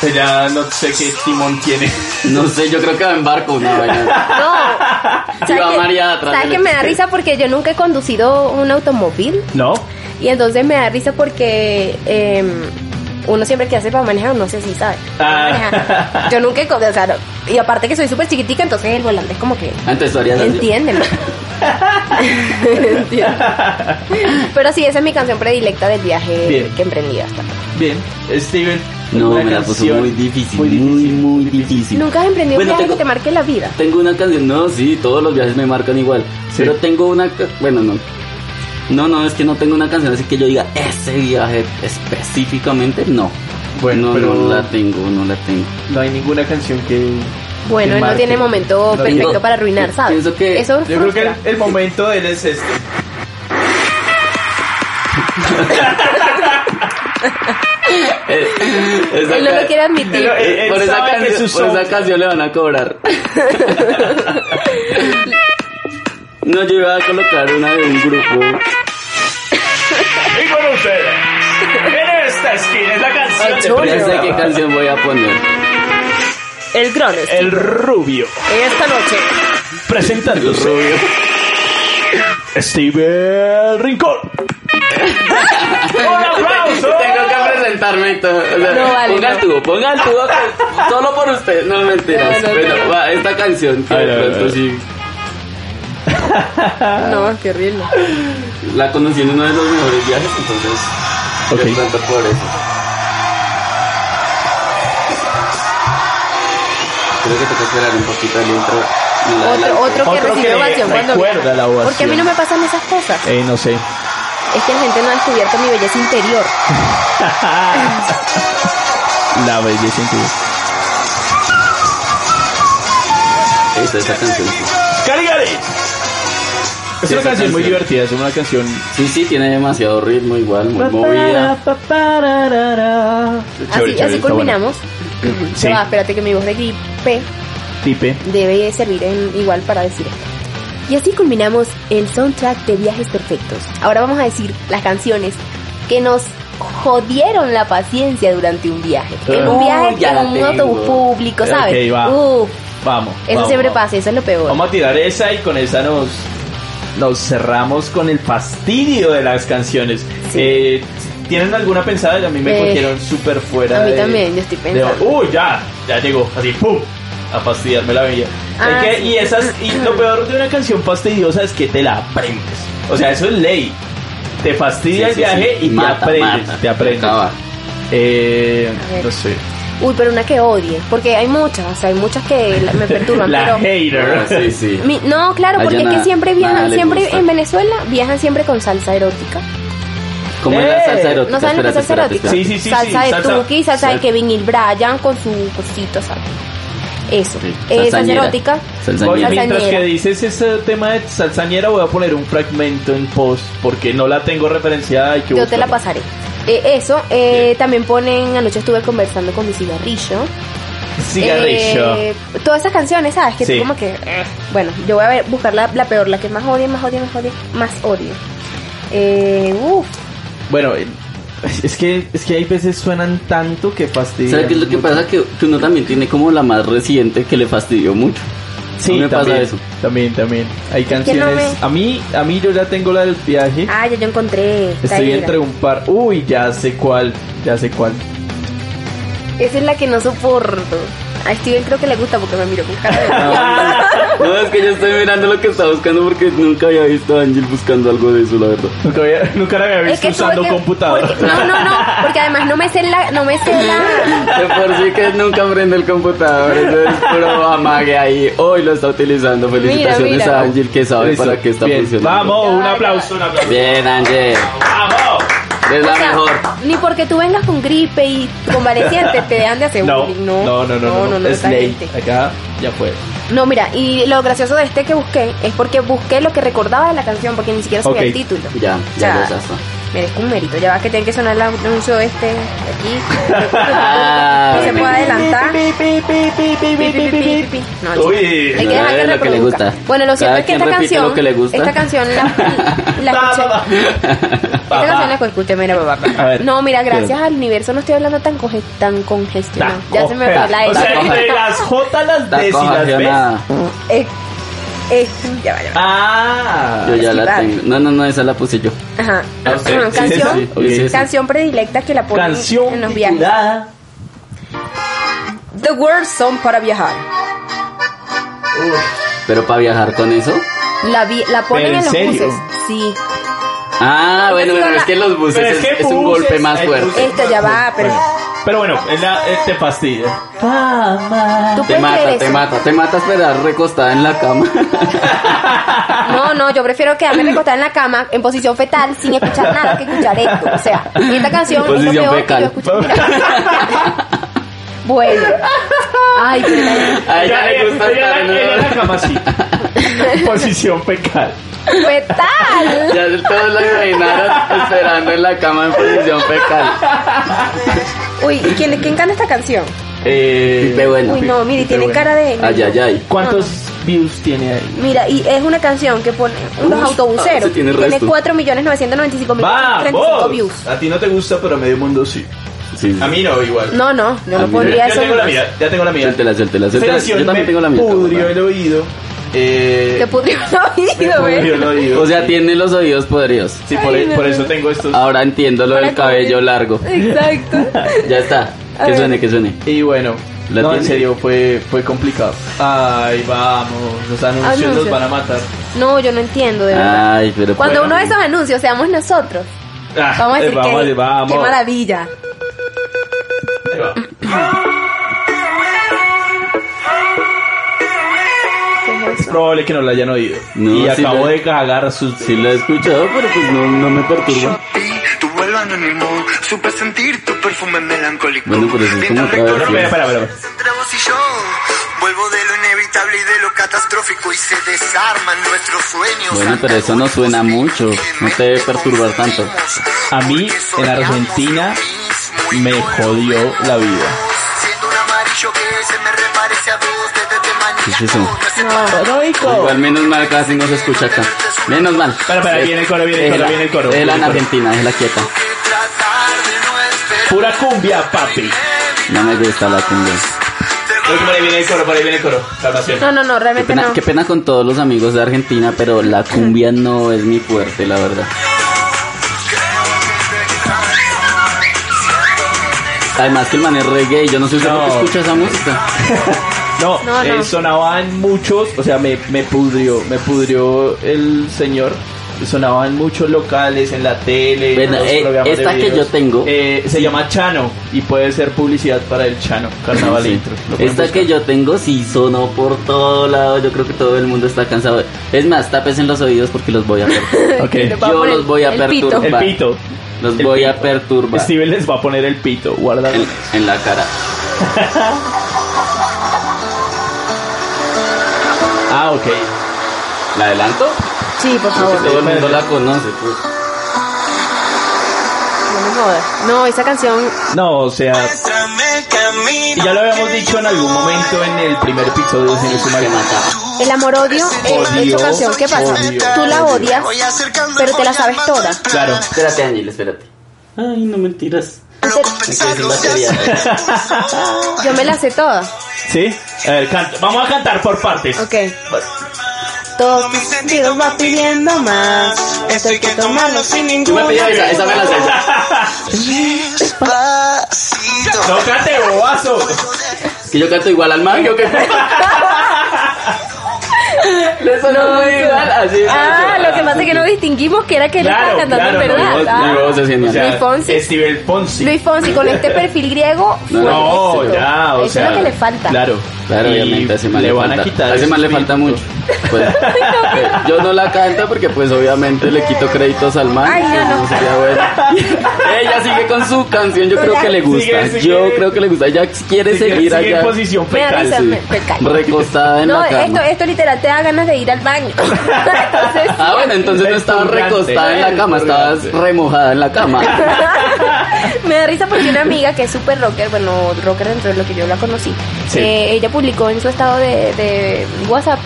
[SPEAKER 3] Pues ya no sé qué timón tiene.
[SPEAKER 4] No sé, yo creo que va en barco una vaina.
[SPEAKER 5] No.
[SPEAKER 4] Y va María atrás
[SPEAKER 5] ¿Sabes
[SPEAKER 4] del
[SPEAKER 5] que me da
[SPEAKER 4] exterior.
[SPEAKER 5] risa? Porque yo nunca he conducido un automóvil.
[SPEAKER 3] No.
[SPEAKER 5] Y entonces me da risa porque em, uno siempre que hace para manejar, no sé si sabe.
[SPEAKER 3] Ah.
[SPEAKER 5] Manejar. Yo nunca he co- o sea, no. Y aparte que soy súper chiquitica, entonces el volante es como que.
[SPEAKER 4] Antes lo harías así.
[SPEAKER 5] Entiéndeme. Entiéndeme. Pero sí, esa es mi canción predilecta del viaje
[SPEAKER 3] Bien.
[SPEAKER 5] que emprendí hasta. acá.
[SPEAKER 3] Bien, Steven.
[SPEAKER 4] No,
[SPEAKER 3] una
[SPEAKER 4] me la puso
[SPEAKER 3] canción
[SPEAKER 4] muy difícil,
[SPEAKER 3] muy
[SPEAKER 4] muy,
[SPEAKER 3] difícil,
[SPEAKER 4] muy difícil.
[SPEAKER 5] Nunca has emprendido
[SPEAKER 4] Bueno,
[SPEAKER 5] un viaje
[SPEAKER 4] tengo-
[SPEAKER 5] que te marque la vida.
[SPEAKER 4] Tengo una canción, no, sí, todos los viajes me marcan igual.
[SPEAKER 3] Sí.
[SPEAKER 4] Pero tengo una, ca- bueno, no. No, no, es que no tengo una canción así que yo diga ese viaje específicamente, no.
[SPEAKER 3] Bueno,
[SPEAKER 4] no,
[SPEAKER 3] pero-
[SPEAKER 4] no la tengo, no la tengo.
[SPEAKER 3] No hay ninguna canción que.
[SPEAKER 5] Bueno,
[SPEAKER 3] que
[SPEAKER 5] él no
[SPEAKER 3] marque.
[SPEAKER 5] tiene momento
[SPEAKER 3] No,
[SPEAKER 5] perfecto
[SPEAKER 4] yo-
[SPEAKER 5] para arruinar, ¿sabes?
[SPEAKER 4] pienso que-
[SPEAKER 5] Eso
[SPEAKER 3] Yo creo que el,
[SPEAKER 5] frustra.
[SPEAKER 3] el momento de él es este.
[SPEAKER 4] Eh, esa
[SPEAKER 5] Él no lo
[SPEAKER 4] ca-
[SPEAKER 5] quiere admitir.
[SPEAKER 3] Él-
[SPEAKER 4] eh,
[SPEAKER 3] él
[SPEAKER 4] por, esa
[SPEAKER 3] sabe que
[SPEAKER 4] canción,
[SPEAKER 3] su
[SPEAKER 4] por esa
[SPEAKER 3] sound-
[SPEAKER 4] canción le van a cobrar. no, yo iba a colocar una de un grupo.
[SPEAKER 6] Y con ustedes, en esta esquina es la
[SPEAKER 3] Ah,
[SPEAKER 6] canción de
[SPEAKER 5] Ay,
[SPEAKER 4] Ya sé
[SPEAKER 6] Prisca.
[SPEAKER 4] qué canción voy a poner.
[SPEAKER 5] El Grones. eh,
[SPEAKER 6] El rubio.
[SPEAKER 5] Esta noche.
[SPEAKER 6] Presentándose. Steven Rincón. Un aplauso.
[SPEAKER 4] Tengo que presentarme y todo. O sea,
[SPEAKER 5] No, vale,
[SPEAKER 4] ponga
[SPEAKER 5] no.
[SPEAKER 4] el tubo, ponga el tubo que- solo por usted. No mentiras.
[SPEAKER 5] No, no,
[SPEAKER 4] pero
[SPEAKER 5] no.
[SPEAKER 4] va, esta canción que
[SPEAKER 6] A ver, a
[SPEAKER 4] de
[SPEAKER 6] ver, a ver.
[SPEAKER 4] pronto sí
[SPEAKER 5] No, qué horrible.
[SPEAKER 4] la conocí en uno de los mejores viajes, entonces de
[SPEAKER 3] Ok.
[SPEAKER 4] pronto por eso. Creo que toca esperar un poquito el intro. y la- la-
[SPEAKER 5] Otro, otro que
[SPEAKER 3] Otro
[SPEAKER 5] recibe
[SPEAKER 3] que
[SPEAKER 5] ovación cuando
[SPEAKER 3] recuerda la ovación.
[SPEAKER 5] Porque a mí no me pasan esas cosas.
[SPEAKER 3] Eh, no sé.
[SPEAKER 5] Es que la gente no ha descubierto mi belleza interior.
[SPEAKER 3] La belleza en tu-
[SPEAKER 4] Esa, esa canción. sí.
[SPEAKER 6] Caligari.
[SPEAKER 3] Es
[SPEAKER 4] Sí,
[SPEAKER 3] una
[SPEAKER 4] esa
[SPEAKER 3] canción muy
[SPEAKER 4] canción.
[SPEAKER 3] divertida, es una canción.
[SPEAKER 4] Sí, sí, tiene demasiado ritmo igual, muy movida.
[SPEAKER 5] Así, así culminamos.
[SPEAKER 3] Mm-hmm. Sí.
[SPEAKER 5] Ya va, espérate que mi voz de gripe
[SPEAKER 3] Tipe.
[SPEAKER 5] debe servir en- igual para decir esto. Y así culminamos el soundtrack de Viajes Perfectos. Ahora vamos a decir las canciones que nos jodieron la paciencia durante un viaje. En
[SPEAKER 3] Ah,
[SPEAKER 5] un
[SPEAKER 4] Oh,
[SPEAKER 5] viaje
[SPEAKER 4] ya la
[SPEAKER 5] en un
[SPEAKER 4] tengo.
[SPEAKER 5] autobús público,
[SPEAKER 3] Ok,
[SPEAKER 5] ¿sabes?
[SPEAKER 3] va.
[SPEAKER 5] Uf,
[SPEAKER 3] Vamos.
[SPEAKER 5] eso
[SPEAKER 3] vamos,
[SPEAKER 5] siempre
[SPEAKER 3] vamos.
[SPEAKER 5] pasa, eso es lo peor.
[SPEAKER 3] Vamos a tirar esa y con esa nos nos cerramos con el fastidio de las canciones.
[SPEAKER 5] Sí.
[SPEAKER 3] Eh, ¿Tienen alguna pensada? A mí me
[SPEAKER 5] Eh,
[SPEAKER 3] cogieron súper fuera.
[SPEAKER 5] a mí
[SPEAKER 3] de-
[SPEAKER 5] también, yo estoy
[SPEAKER 3] de-
[SPEAKER 5] pensando.
[SPEAKER 3] Uy, ya, ya llegó, así, ¡pum! A fastidiarme la vida.
[SPEAKER 5] Ah,
[SPEAKER 3] Es que-
[SPEAKER 5] sí.
[SPEAKER 3] Y esas, y lo peor de una canción fastidiosa es que te la aprendes. O sea, eso es ley. Te fastidia
[SPEAKER 4] Sí,
[SPEAKER 3] el
[SPEAKER 4] sí,
[SPEAKER 3] viaje
[SPEAKER 4] sí.
[SPEAKER 3] y
[SPEAKER 4] Mata,
[SPEAKER 3] te aprendes.
[SPEAKER 4] mata.
[SPEAKER 3] Te aprendes.
[SPEAKER 4] Acaba.
[SPEAKER 3] Eh,
[SPEAKER 5] A ver.
[SPEAKER 3] no sé.
[SPEAKER 5] Uy, pero una que odie, porque hay muchas, o sea, hay muchas que la- me perturban,
[SPEAKER 3] La
[SPEAKER 5] pero...
[SPEAKER 3] hater.
[SPEAKER 4] Ah, sí, sí.
[SPEAKER 5] Mi- no, claro,
[SPEAKER 4] Allá
[SPEAKER 5] porque es
[SPEAKER 4] nada-
[SPEAKER 5] que siempre
[SPEAKER 4] nada
[SPEAKER 5] viajan,
[SPEAKER 4] les
[SPEAKER 5] siempre
[SPEAKER 4] gusta.
[SPEAKER 5] en Venezuela viajan siempre con salsa erótica.
[SPEAKER 4] Como en
[SPEAKER 3] Eh,
[SPEAKER 4] la salsa erótica.
[SPEAKER 5] ¿No saben lo que es
[SPEAKER 4] espérate,
[SPEAKER 5] salsa
[SPEAKER 4] espérate,
[SPEAKER 5] erótica?
[SPEAKER 3] Sí,
[SPEAKER 4] espérate.
[SPEAKER 3] sí, sí,
[SPEAKER 5] salsa
[SPEAKER 3] sí,
[SPEAKER 5] de
[SPEAKER 3] salsa-
[SPEAKER 5] Tuki, salsa de
[SPEAKER 3] sal-
[SPEAKER 5] Kevin y Bryan con su cosito, ¿sabes? Eso,
[SPEAKER 4] Sí,
[SPEAKER 5] eh, salsa
[SPEAKER 4] salsañera.
[SPEAKER 5] erótica.
[SPEAKER 3] Voy,
[SPEAKER 4] Salsañera.
[SPEAKER 5] Salsañera.
[SPEAKER 3] mientras que dices ese tema de salsañera, voy a poner un fragmento en post porque no la tengo referenciada. y que
[SPEAKER 5] Yo te
[SPEAKER 3] buscarla.
[SPEAKER 5] la pasaré. Eh, eso, eh, también ponen, anoche estuve conversando con mi cigarrillo.
[SPEAKER 3] Cigarrillo.
[SPEAKER 5] Eh, todas esas canciones, ¿sabes? Que tú
[SPEAKER 3] Sí.
[SPEAKER 5] como que... eh, Bueno, yo voy a ver, buscar la, la peor, la que más odio, más odio, más odio, más odio. Eh, uf,
[SPEAKER 3] Bueno, eh, es que, es que hay veces suenan tanto que fastidia.
[SPEAKER 4] ¿Sabes qué es lo que
[SPEAKER 3] mucho.
[SPEAKER 4] pasa? Que, que uno también tiene como la más reciente que le fastidió mucho.
[SPEAKER 3] Sí,
[SPEAKER 4] A mí me pasa
[SPEAKER 3] también,
[SPEAKER 4] eso.
[SPEAKER 3] También, también. Hay
[SPEAKER 5] que no
[SPEAKER 3] canciones.
[SPEAKER 5] me-
[SPEAKER 3] A mí, a mí yo ya tengo la del viaje.
[SPEAKER 5] ah, ya yo encontré.
[SPEAKER 3] Estoy
[SPEAKER 5] Taira.
[SPEAKER 3] entre un par. Uy, ya sé cuál. Ya sé cuál.
[SPEAKER 5] Esa es la que no soporto. A Steven creo que le gusta porque me miró con cara de...
[SPEAKER 3] Ah,
[SPEAKER 4] No, es que yo estoy mirando lo que está buscando porque nunca había visto a Ángel buscando algo de eso, la verdad.
[SPEAKER 3] Nunca, había- nunca la había visto
[SPEAKER 5] Es que tuve
[SPEAKER 3] usando
[SPEAKER 5] que-
[SPEAKER 3] computadora.
[SPEAKER 5] porque- no, no, no, porque además no me sé la, no me sé la,
[SPEAKER 4] De por sí que nunca aprende el computador, eso es puro amague ahí. Hoy lo está utilizando. Felicitaciones
[SPEAKER 5] Mira, mira.
[SPEAKER 4] a Ángel que sabe
[SPEAKER 3] Listo,
[SPEAKER 4] para qué está
[SPEAKER 3] bien.
[SPEAKER 4] funcionando.
[SPEAKER 6] Vamos, un
[SPEAKER 5] Ya, ya.
[SPEAKER 6] aplauso, un aplauso.
[SPEAKER 4] Bien, Ángel.
[SPEAKER 6] Vamos.
[SPEAKER 4] Es
[SPEAKER 5] o
[SPEAKER 4] la
[SPEAKER 5] sea,
[SPEAKER 4] mejor.
[SPEAKER 5] ni porque tú vengas con gripe y convaleciente te dejan de hacer
[SPEAKER 3] No,
[SPEAKER 5] bullying,
[SPEAKER 3] no, no, no, no, no, es
[SPEAKER 5] esa
[SPEAKER 3] ley.
[SPEAKER 5] gente.
[SPEAKER 3] Acá ya fue.
[SPEAKER 5] No, mira, y lo gracioso de este que busqué es porque busqué lo que recordaba de la canción porque ni siquiera sabía
[SPEAKER 3] Ok.
[SPEAKER 5] el título.
[SPEAKER 4] Ya, ya
[SPEAKER 5] O sea,
[SPEAKER 4] lo usaste.
[SPEAKER 5] Merezco un mérito, ya va que tiene que sonar el anuncio este aquí.
[SPEAKER 4] Ah,
[SPEAKER 5] No se puede adelantar. Pi, pi, pi, pi, pi. No, chico.
[SPEAKER 3] Uy.
[SPEAKER 5] Hay que dejar que
[SPEAKER 4] Es lo que le
[SPEAKER 5] reproduzca.
[SPEAKER 4] gusta.
[SPEAKER 5] Bueno, lo cierto
[SPEAKER 4] Cada
[SPEAKER 5] es que
[SPEAKER 4] quien
[SPEAKER 5] esta
[SPEAKER 4] repite
[SPEAKER 5] canción,
[SPEAKER 4] lo que le gusta.
[SPEAKER 5] esta canción la, la escuché. Esta canción la escuché, mira, papá.
[SPEAKER 3] A ver.
[SPEAKER 5] No, mira, gracias al universo no estoy hablando tan conge- tan congestionado.
[SPEAKER 3] Está
[SPEAKER 4] oh,
[SPEAKER 5] Ya se me fue la
[SPEAKER 3] coge- O sea,
[SPEAKER 5] S.
[SPEAKER 3] entre las J, las
[SPEAKER 4] Está
[SPEAKER 3] D y las B.
[SPEAKER 4] cojacionada.
[SPEAKER 5] Eh, eh, ya va, ya va.
[SPEAKER 3] Ah.
[SPEAKER 4] Yo ya la
[SPEAKER 5] Esquivar.
[SPEAKER 4] tengo. No, no, no, esa la puse yo.
[SPEAKER 5] Ajá.
[SPEAKER 3] Ah, ok. Sí,
[SPEAKER 5] Canción,
[SPEAKER 4] sí, sí, sí.
[SPEAKER 5] canción predilecta que la ponen en
[SPEAKER 3] Canción
[SPEAKER 5] los viajes.
[SPEAKER 3] titulada.
[SPEAKER 5] The World Song para viajar.
[SPEAKER 4] Pero para viajar con eso,
[SPEAKER 5] La, vi- la ponen
[SPEAKER 3] ¿Pero
[SPEAKER 5] en
[SPEAKER 3] en
[SPEAKER 5] los
[SPEAKER 3] serio?
[SPEAKER 5] buses. Sí.
[SPEAKER 4] Ah, bueno,
[SPEAKER 5] Sí,
[SPEAKER 4] bueno,
[SPEAKER 5] hola.
[SPEAKER 4] es que los buses
[SPEAKER 3] Pero
[SPEAKER 4] es,
[SPEAKER 3] es que
[SPEAKER 4] es un
[SPEAKER 3] buses,
[SPEAKER 4] golpe más
[SPEAKER 3] hay
[SPEAKER 4] fuerte.
[SPEAKER 3] buses.
[SPEAKER 5] Esto ya va, pero.
[SPEAKER 3] Pero bueno, es la, es- te pastilla.
[SPEAKER 5] ¿Tú
[SPEAKER 4] Te
[SPEAKER 5] puedes creer
[SPEAKER 4] mata,
[SPEAKER 5] eso?
[SPEAKER 4] te mata, te mata esperar recostada en la cama.
[SPEAKER 5] No, no, yo prefiero quedarme recostada en la cama en posición fetal sin escuchar nada que escuchar esto. O sea, esta canción es lo
[SPEAKER 4] Posición
[SPEAKER 5] peor
[SPEAKER 4] fecal.
[SPEAKER 5] que yo escucho. Mira. bueno. Ay, pero,
[SPEAKER 4] A ella
[SPEAKER 3] Ella-
[SPEAKER 4] le gusta
[SPEAKER 3] ella-
[SPEAKER 4] estar en
[SPEAKER 3] ella- ella en la
[SPEAKER 4] la
[SPEAKER 3] cama así. Posición fecal.
[SPEAKER 5] fetal.
[SPEAKER 4] Ya todos la imaginaron esperando en la cama en posición fecal.
[SPEAKER 5] Uy, ¿y ¿quién, ¿quién canta esta canción?
[SPEAKER 3] Eh,
[SPEAKER 4] Pipe bueno. Ah,
[SPEAKER 5] Uy, no, mire, tiene cara de...
[SPEAKER 4] Ay, ay, ay.
[SPEAKER 3] ¿Cuántos views tiene ahí?
[SPEAKER 5] Mira, y es una canción que pone los
[SPEAKER 4] Uf, ah,
[SPEAKER 5] autobuseros.
[SPEAKER 4] ese tiene
[SPEAKER 5] Tiene
[SPEAKER 4] resto.
[SPEAKER 5] 4.995.035
[SPEAKER 3] ¡Vamos!
[SPEAKER 5] views.
[SPEAKER 3] A ti no te gusta, pero a medio mundo sí.
[SPEAKER 4] Sí, sí.
[SPEAKER 3] A mí no, igual.
[SPEAKER 5] No, no, yo
[SPEAKER 4] Ah,
[SPEAKER 5] no
[SPEAKER 4] mira,
[SPEAKER 5] pondría
[SPEAKER 3] ya
[SPEAKER 5] eso.
[SPEAKER 3] tengo la mía, ya tengo la mía.
[SPEAKER 4] Suéltela, suéltela,
[SPEAKER 3] Esa
[SPEAKER 4] suéltela.
[SPEAKER 3] canción
[SPEAKER 4] Yo también
[SPEAKER 3] me
[SPEAKER 4] tengo la mía.
[SPEAKER 3] pudrió el oído. Eh,
[SPEAKER 5] Te pudrió el
[SPEAKER 3] me
[SPEAKER 5] oído,
[SPEAKER 3] pudrió
[SPEAKER 5] güey.
[SPEAKER 3] el oído.
[SPEAKER 4] O sea, Ah. tiene los oídos podridos.
[SPEAKER 3] Sí, por,
[SPEAKER 5] Ay, no.
[SPEAKER 3] por eso tengo estos.
[SPEAKER 4] Ahora entiendo lo del cabello largo.
[SPEAKER 5] Exacto.
[SPEAKER 4] Ya está.
[SPEAKER 5] A
[SPEAKER 4] Que
[SPEAKER 5] ver.
[SPEAKER 4] suene, que suene.
[SPEAKER 3] Y bueno,
[SPEAKER 4] ¿La
[SPEAKER 3] no, en
[SPEAKER 4] tiene?
[SPEAKER 3] serio, fue, fue complicado. Ay, vamos, los anuncios
[SPEAKER 5] Anuncios.
[SPEAKER 3] nos van a matar.
[SPEAKER 5] No, yo no entiendo, de verdad.
[SPEAKER 4] Ay, pero
[SPEAKER 5] Cuando
[SPEAKER 4] Ah, bueno.
[SPEAKER 5] uno ve esos anuncios, seamos nosotros.
[SPEAKER 3] Ah,
[SPEAKER 5] Vamos a decir
[SPEAKER 3] eh, vamos,
[SPEAKER 5] que,
[SPEAKER 3] eh, vamos.
[SPEAKER 5] qué maravilla.
[SPEAKER 3] Ahí va. Es probable que no lo hayan oído.
[SPEAKER 4] No,
[SPEAKER 3] y
[SPEAKER 4] sí
[SPEAKER 3] acabo
[SPEAKER 4] lo-
[SPEAKER 3] de cagar sus...
[SPEAKER 4] Sí lo he escuchado, pero pues no, no me perturba.
[SPEAKER 7] Tu vuelo anónimo, supe sentir tu perfume melancólico.
[SPEAKER 4] Bueno, pero eso es como otra
[SPEAKER 3] Pero, espera, espera, espera.
[SPEAKER 7] Entre vos y yo, vuelvo de lo inevitable y de lo catastrófico y se desarman nuestros sueños.
[SPEAKER 4] Bueno, pero eso no suena mucho, no te debe perturbar tanto.
[SPEAKER 3] A mí, en Argentina, me jodió la vida.
[SPEAKER 7] Siendo un amarillo que se me reparece a dos dedos de
[SPEAKER 4] ¿Qué es
[SPEAKER 7] maníaco,
[SPEAKER 4] eso?
[SPEAKER 7] no se
[SPEAKER 4] Igual menos mal casi no se escucha acá. Menos mal.
[SPEAKER 3] Espera, espera, viene el coro, viene el coro,
[SPEAKER 4] Déjela,
[SPEAKER 3] viene el coro.
[SPEAKER 4] déjela en
[SPEAKER 3] Viene el coro.
[SPEAKER 4] Argentina, déjela quieta.
[SPEAKER 7] puede tratar de no esperar.
[SPEAKER 3] Pura cumbia, papi.
[SPEAKER 4] No me gusta la cumbia.
[SPEAKER 3] Creo que por ahí viene el coro, por ahí viene el coro. Calmación.
[SPEAKER 5] No, no, no,
[SPEAKER 4] Qué
[SPEAKER 5] realmente
[SPEAKER 4] pena,
[SPEAKER 5] no.
[SPEAKER 4] qué pena con todos los amigos de Argentina, pero la cumbia no es mi fuerte, la verdad. Además que el man es reggae y yo no sé usted
[SPEAKER 3] No.
[SPEAKER 4] por qué escucha esa música.
[SPEAKER 3] No,
[SPEAKER 5] No,
[SPEAKER 3] eh,
[SPEAKER 5] no.
[SPEAKER 3] sonaban muchos, o sea, me, me pudrió, me pudrió el señor. Sonaban muchos locales en la tele. en
[SPEAKER 4] Bueno,
[SPEAKER 3] los
[SPEAKER 4] eh,
[SPEAKER 3] programas
[SPEAKER 4] esta
[SPEAKER 3] de
[SPEAKER 4] que
[SPEAKER 3] videos.
[SPEAKER 4] yo tengo.
[SPEAKER 3] Eh, se llama Chano y puede ser publicidad para el Chano Carnaval
[SPEAKER 4] Sí.
[SPEAKER 3] Intro. Lo pueden
[SPEAKER 4] Esta
[SPEAKER 3] buscar.
[SPEAKER 4] que yo tengo sí sonó por todo lado. Yo creo que todo el mundo está cansado. Es más, en los oídos porque los voy a perturbar.
[SPEAKER 3] Ok.
[SPEAKER 5] Le va
[SPEAKER 4] Yo
[SPEAKER 5] poner
[SPEAKER 4] los voy a
[SPEAKER 5] el pito.
[SPEAKER 4] perturbar.
[SPEAKER 3] El pito.
[SPEAKER 4] Los
[SPEAKER 3] El
[SPEAKER 4] voy a
[SPEAKER 3] pito.
[SPEAKER 4] perturbar
[SPEAKER 3] Steven les va a poner el pito, guarda.
[SPEAKER 4] en, en la cara.
[SPEAKER 3] Ah, ok.
[SPEAKER 4] ¿La adelanto?
[SPEAKER 5] Sí, por
[SPEAKER 4] Porque
[SPEAKER 5] favor.
[SPEAKER 4] todo el mundo la conoce. pues.
[SPEAKER 5] No me jodas. No, esa canción.
[SPEAKER 3] No, o sea, y ya lo habíamos dicho en algún momento en el primer episodio de Cine
[SPEAKER 4] Que
[SPEAKER 3] Sumario.
[SPEAKER 4] mata.
[SPEAKER 5] El amor-odio es
[SPEAKER 3] Odio,
[SPEAKER 5] esa canción. ¿Qué pasa?
[SPEAKER 3] odio,
[SPEAKER 5] Tú la odias,
[SPEAKER 7] Voy acercándome,
[SPEAKER 5] pero te la
[SPEAKER 7] voy
[SPEAKER 5] sabes
[SPEAKER 7] armando
[SPEAKER 5] toda.
[SPEAKER 7] el plan.
[SPEAKER 3] Claro.
[SPEAKER 4] Espérate, Ángel, espérate. Ay, no mentiras.
[SPEAKER 7] Lo
[SPEAKER 4] Me quedé sin
[SPEAKER 7] compensado se hace
[SPEAKER 4] batería.
[SPEAKER 5] Yo me la sé toda.
[SPEAKER 3] ¿Sí? A ver, canta- Vamos a cantar por partes.
[SPEAKER 5] Ok. Todos mis sentidos va pidiendo más. Esto hay que tomarlo sin
[SPEAKER 4] Tú me pedías esa, esa me la sé.
[SPEAKER 7] despacito.
[SPEAKER 3] No cante bobazo.
[SPEAKER 4] Es que yo canto igual al man, yo que... Le sonó muy igual, así.
[SPEAKER 5] Ah, lo que pasa es que no
[SPEAKER 4] vi.
[SPEAKER 5] distinguimos que era que él
[SPEAKER 3] Claro,
[SPEAKER 5] estaba cantando en
[SPEAKER 3] claro, no,
[SPEAKER 5] verdad.
[SPEAKER 3] Dios,
[SPEAKER 5] Ah.
[SPEAKER 4] Mi voz es genial.
[SPEAKER 3] O sea,
[SPEAKER 5] Luis Fonsi.
[SPEAKER 3] Steven Fonsi.
[SPEAKER 5] Luis Fonsi con este perfil griego fue
[SPEAKER 3] No,
[SPEAKER 5] un éxito.
[SPEAKER 3] ya, o
[SPEAKER 5] Eso
[SPEAKER 3] sea.
[SPEAKER 5] es lo que le falta.
[SPEAKER 3] Claro,
[SPEAKER 4] Claro,
[SPEAKER 3] Y
[SPEAKER 4] obviamente, a ese man
[SPEAKER 3] le
[SPEAKER 4] le,
[SPEAKER 3] van
[SPEAKER 4] falta.
[SPEAKER 3] a quitar.
[SPEAKER 4] ese man le
[SPEAKER 3] ese
[SPEAKER 4] falta
[SPEAKER 3] espíritu.
[SPEAKER 4] mucho. Pues, eh, yo no la canto porque, pues, obviamente le quito créditos al man.
[SPEAKER 5] Ay, no,
[SPEAKER 4] que
[SPEAKER 5] no. Pues
[SPEAKER 4] sería bueno. Ella sigue con su canción, yo creo que le gusta.
[SPEAKER 3] Sigue, sigue.
[SPEAKER 4] Yo creo que le gusta. Ella quiere
[SPEAKER 3] Sigue-
[SPEAKER 4] seguir
[SPEAKER 3] sigue en
[SPEAKER 4] allá.
[SPEAKER 3] posición
[SPEAKER 5] Me da
[SPEAKER 3] fetal.
[SPEAKER 5] risa,
[SPEAKER 4] sí.
[SPEAKER 5] me, me callo.
[SPEAKER 4] Recostada en
[SPEAKER 5] No, eh,
[SPEAKER 4] la
[SPEAKER 5] esto,
[SPEAKER 4] cama.
[SPEAKER 5] esto literal te da ganas de ir al baño. Entonces,
[SPEAKER 4] Ah, bueno, entonces no estabas
[SPEAKER 3] Esturrante.
[SPEAKER 4] recostada en la cama, estabas
[SPEAKER 3] Esturrante.
[SPEAKER 4] remojada en la cama.
[SPEAKER 5] me da risa porque una amiga que es súper rocker, bueno, rocker dentro de lo que yo la conocí,
[SPEAKER 3] Sí.
[SPEAKER 5] eh, ella publicó en su estado de, de WhatsApp,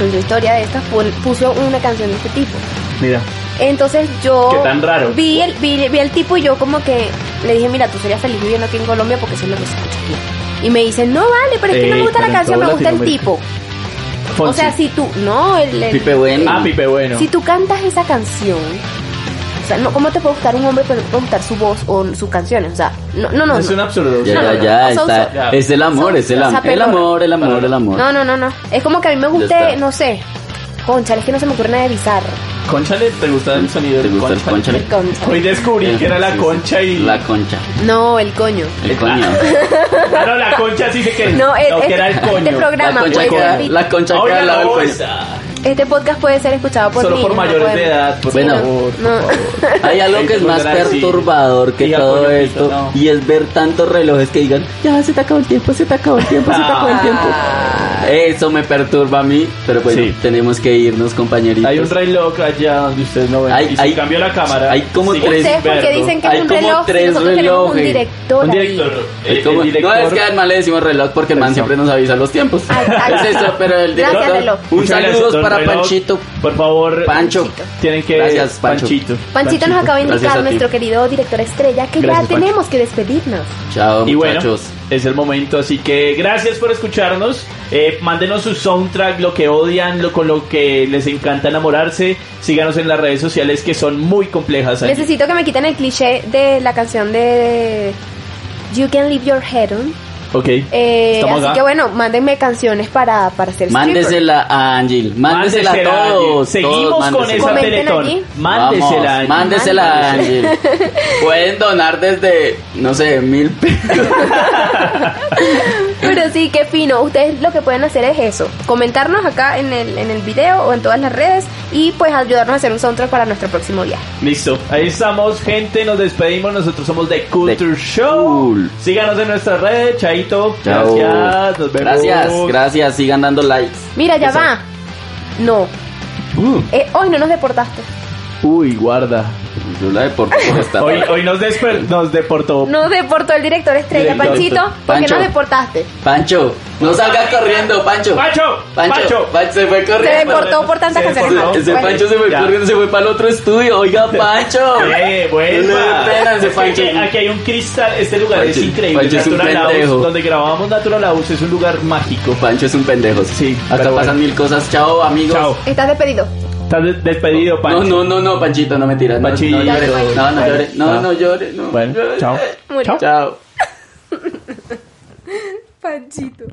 [SPEAKER 5] en su historia de estas, pon- puso una canción de este tipo.
[SPEAKER 3] Mira.
[SPEAKER 5] Entonces yo
[SPEAKER 3] Qué tan raro.
[SPEAKER 5] Vi, el, vi, vi al tipo y yo como que le dije, mira, tú serías feliz viviendo aquí en Colombia porque eso es lo que se escucha aquí. Y me dice, no vale, pero es que no
[SPEAKER 3] Ey,
[SPEAKER 5] me gusta
[SPEAKER 3] Eh, pero
[SPEAKER 5] la
[SPEAKER 3] en
[SPEAKER 5] canción,
[SPEAKER 3] todo
[SPEAKER 5] me gusta el tipo.
[SPEAKER 3] Latinoamérica. Fonsi.
[SPEAKER 5] O sea, si tú, no, el, el-
[SPEAKER 4] Pipe bueno.
[SPEAKER 3] Ah, Pipe Bueno.
[SPEAKER 5] si tú cantas esa canción, o sea, no, ¿cómo te puede gustar un hombre pero no te puede gustar su voz o sus canciones? O sea, no, no, no.
[SPEAKER 3] es
[SPEAKER 5] no.
[SPEAKER 3] un absurdo.
[SPEAKER 4] Ya, ya, ya,
[SPEAKER 5] No, no, no,
[SPEAKER 4] está.
[SPEAKER 3] son-
[SPEAKER 4] Es el amor,
[SPEAKER 5] son-
[SPEAKER 4] es el
[SPEAKER 5] o sea,
[SPEAKER 4] amor. El
[SPEAKER 5] perdona.
[SPEAKER 4] amor, el amor, el amor.
[SPEAKER 5] No, no, no, no. Es como que a mí me
[SPEAKER 4] Ya está.
[SPEAKER 5] guste, no sé. Concha, es que no se me ocurre nada de bizarro.
[SPEAKER 3] Conchale, ¿te gusta el sonido
[SPEAKER 4] ¿Te
[SPEAKER 3] del
[SPEAKER 4] gusta el
[SPEAKER 3] conchale?
[SPEAKER 4] conchale?
[SPEAKER 5] Concha.
[SPEAKER 3] Hoy descubrí que era la
[SPEAKER 4] Sí,
[SPEAKER 3] concha
[SPEAKER 4] sí.
[SPEAKER 3] y...
[SPEAKER 4] La concha.
[SPEAKER 5] No, el coño.
[SPEAKER 4] El coño.
[SPEAKER 3] Ah, no, la concha sí se que...
[SPEAKER 5] No, es-
[SPEAKER 3] que era el
[SPEAKER 5] este
[SPEAKER 3] coño.
[SPEAKER 5] programa-
[SPEAKER 4] La
[SPEAKER 5] Programa,
[SPEAKER 4] concha
[SPEAKER 5] pues,
[SPEAKER 4] queda,
[SPEAKER 5] David.
[SPEAKER 4] la concha queda
[SPEAKER 3] Oiga
[SPEAKER 4] al
[SPEAKER 3] la
[SPEAKER 4] lado pues. del cuello.
[SPEAKER 3] bolsa.
[SPEAKER 5] Este podcast puede ser escuchado por
[SPEAKER 3] Solo
[SPEAKER 5] niños,
[SPEAKER 3] por
[SPEAKER 5] no
[SPEAKER 3] mayores
[SPEAKER 5] pueden-
[SPEAKER 3] de edad, por
[SPEAKER 4] Bueno.
[SPEAKER 3] favor. por
[SPEAKER 5] No.
[SPEAKER 3] favor.
[SPEAKER 4] Hay algo que es más
[SPEAKER 3] Ahí te pondrán, sí.
[SPEAKER 4] perturbador que
[SPEAKER 3] Diga,
[SPEAKER 4] todo
[SPEAKER 3] coño,
[SPEAKER 4] esto
[SPEAKER 3] no.
[SPEAKER 4] y es ver tantos relojes que digan, ya se te acabó el tiempo, se te acabó el tiempo, se te acabó el tiempo.
[SPEAKER 3] Ah.
[SPEAKER 4] Eso me perturba a mí, pero bueno,
[SPEAKER 3] Sí.
[SPEAKER 4] tenemos que irnos, compañeritos.
[SPEAKER 3] Hay un reloj allá donde ustedes no ven.
[SPEAKER 4] Hay-
[SPEAKER 3] y si
[SPEAKER 4] hay-
[SPEAKER 3] cambió la cámara.
[SPEAKER 4] hay como
[SPEAKER 3] siguen
[SPEAKER 4] tres-
[SPEAKER 3] sin
[SPEAKER 5] Ustedes porque
[SPEAKER 3] verlo.
[SPEAKER 5] dicen que
[SPEAKER 4] Hay
[SPEAKER 5] es un
[SPEAKER 4] como
[SPEAKER 5] reloj,
[SPEAKER 4] tres
[SPEAKER 5] y nosotros tenemos un
[SPEAKER 4] relojes.
[SPEAKER 5] director.
[SPEAKER 3] Un
[SPEAKER 5] ahí.
[SPEAKER 3] director.
[SPEAKER 4] Es
[SPEAKER 3] El,
[SPEAKER 4] como-
[SPEAKER 3] el
[SPEAKER 4] No,
[SPEAKER 3] director.
[SPEAKER 4] es que a Alma le decimos reloj porque el man
[SPEAKER 3] Exacto.
[SPEAKER 4] siempre nos avisa los tiempos.
[SPEAKER 5] Ay, ay.
[SPEAKER 4] Es eso, pero el
[SPEAKER 5] Gracias,
[SPEAKER 4] director.
[SPEAKER 5] reloj.
[SPEAKER 4] Un
[SPEAKER 3] Muchas gracias,
[SPEAKER 4] saludo
[SPEAKER 3] don
[SPEAKER 4] para
[SPEAKER 3] reloj.
[SPEAKER 4] Panchito.
[SPEAKER 3] Por favor,
[SPEAKER 4] Pancho.
[SPEAKER 3] tienen que.
[SPEAKER 4] Gracias, Pancho.
[SPEAKER 3] Panchito.
[SPEAKER 5] Panchito nos acaba de
[SPEAKER 4] Gracias a
[SPEAKER 5] indicar
[SPEAKER 4] ti.
[SPEAKER 5] nuestro querido director estrella que
[SPEAKER 3] Gracias,
[SPEAKER 5] ya
[SPEAKER 3] Pancho.
[SPEAKER 5] tenemos que despedirnos.
[SPEAKER 4] Chao,
[SPEAKER 3] Y bueno,
[SPEAKER 4] muchachos.
[SPEAKER 3] es el momento, así que gracias por escucharnos. Eh, mándenos su soundtrack, lo que odian, lo con lo que les encanta enamorarse. Síganos en las redes sociales que son muy complejas. allí.
[SPEAKER 5] Necesito que me quiten el cliché de la canción de You Can Leave Your Head On.
[SPEAKER 3] Ok.
[SPEAKER 5] Eh,
[SPEAKER 3] Estamos
[SPEAKER 5] así
[SPEAKER 3] acá.
[SPEAKER 5] que bueno, mándenme canciones para, para hacer stripper.
[SPEAKER 4] Mándesela a Ángel. Mándesela a
[SPEAKER 3] Mándesela, Ángel.
[SPEAKER 4] todos.
[SPEAKER 3] Seguimos
[SPEAKER 4] todos,
[SPEAKER 3] con
[SPEAKER 4] mándesela.
[SPEAKER 3] esa
[SPEAKER 5] Comenten
[SPEAKER 3] teletón.
[SPEAKER 5] allí.
[SPEAKER 3] Mándesela,
[SPEAKER 4] Vamos,
[SPEAKER 3] Ángel.
[SPEAKER 4] Mándesela a Ángel. Pueden donar desde, no sé, mil pesos.
[SPEAKER 5] Pero sí, qué fino. Ustedes lo que pueden hacer es eso. Comentarnos acá en el, en el video o en todas las redes y pues ayudarnos a hacer un soundtrack para nuestro próximo viaje.
[SPEAKER 3] Listo, ahí estamos, gente. Nos despedimos. Nosotros somos The Culture
[SPEAKER 4] The
[SPEAKER 3] Show.
[SPEAKER 4] Cool.
[SPEAKER 3] Síganos en nuestra red, Chaito.
[SPEAKER 4] Chao.
[SPEAKER 3] Gracias, nos vemos.
[SPEAKER 4] Gracias, gracias. Sigan dando likes.
[SPEAKER 5] Mira, ya
[SPEAKER 4] Eso.
[SPEAKER 5] va. No, eh, hoy no nos deportaste.
[SPEAKER 3] Uh. Uy, guarda.
[SPEAKER 4] Yo la deporto por esta.
[SPEAKER 3] Hoy, hoy nos, desper- nos deportó.
[SPEAKER 5] Nos deportó el director estrella,
[SPEAKER 3] Director.
[SPEAKER 5] Panchito. ¿Por qué
[SPEAKER 4] Pancho.
[SPEAKER 5] nos deportaste?
[SPEAKER 4] Pancho, no salgas corriendo, Pancho.
[SPEAKER 3] ¡Pancho!
[SPEAKER 4] Pancho,
[SPEAKER 3] ¡Pancho!
[SPEAKER 4] Pan- se fue
[SPEAKER 5] Se
[SPEAKER 4] corriendo.
[SPEAKER 5] deportó por tantas
[SPEAKER 3] Se
[SPEAKER 5] canciones.
[SPEAKER 3] deportó.
[SPEAKER 5] malas.
[SPEAKER 4] Ese
[SPEAKER 5] Bueno.
[SPEAKER 4] Pancho se fue
[SPEAKER 3] Ya.
[SPEAKER 4] corriendo, se fue para el otro estudio. Oiga, Pancho.
[SPEAKER 3] Eh,
[SPEAKER 4] No le
[SPEAKER 3] vuelva.
[SPEAKER 4] dé pena ese
[SPEAKER 3] Es que
[SPEAKER 4] Pancho.
[SPEAKER 3] Aquí, aquí hay un cristal, este lugar
[SPEAKER 4] Pancho-
[SPEAKER 3] es increíble.
[SPEAKER 4] Pancho es un
[SPEAKER 3] Natural House,
[SPEAKER 4] pendejo.
[SPEAKER 3] donde grabamos Natural House es un lugar mágico.
[SPEAKER 4] Pancho es un pendejo.
[SPEAKER 3] Sí,
[SPEAKER 4] Acá
[SPEAKER 3] pero
[SPEAKER 4] pasan mil cosas. Chao, amigos.
[SPEAKER 3] Chao.
[SPEAKER 5] Estás despedido.
[SPEAKER 3] Estás de- despedido, Pancho.
[SPEAKER 4] No, no, no, no, Panchito, no me tiras. No, no
[SPEAKER 3] Panchito.
[SPEAKER 4] llores. No, no llores. No,
[SPEAKER 3] Ah.
[SPEAKER 4] no llores. No,
[SPEAKER 3] Bueno,
[SPEAKER 4] llores.
[SPEAKER 3] chao.
[SPEAKER 5] Murió.
[SPEAKER 4] Chao.
[SPEAKER 5] Panchito.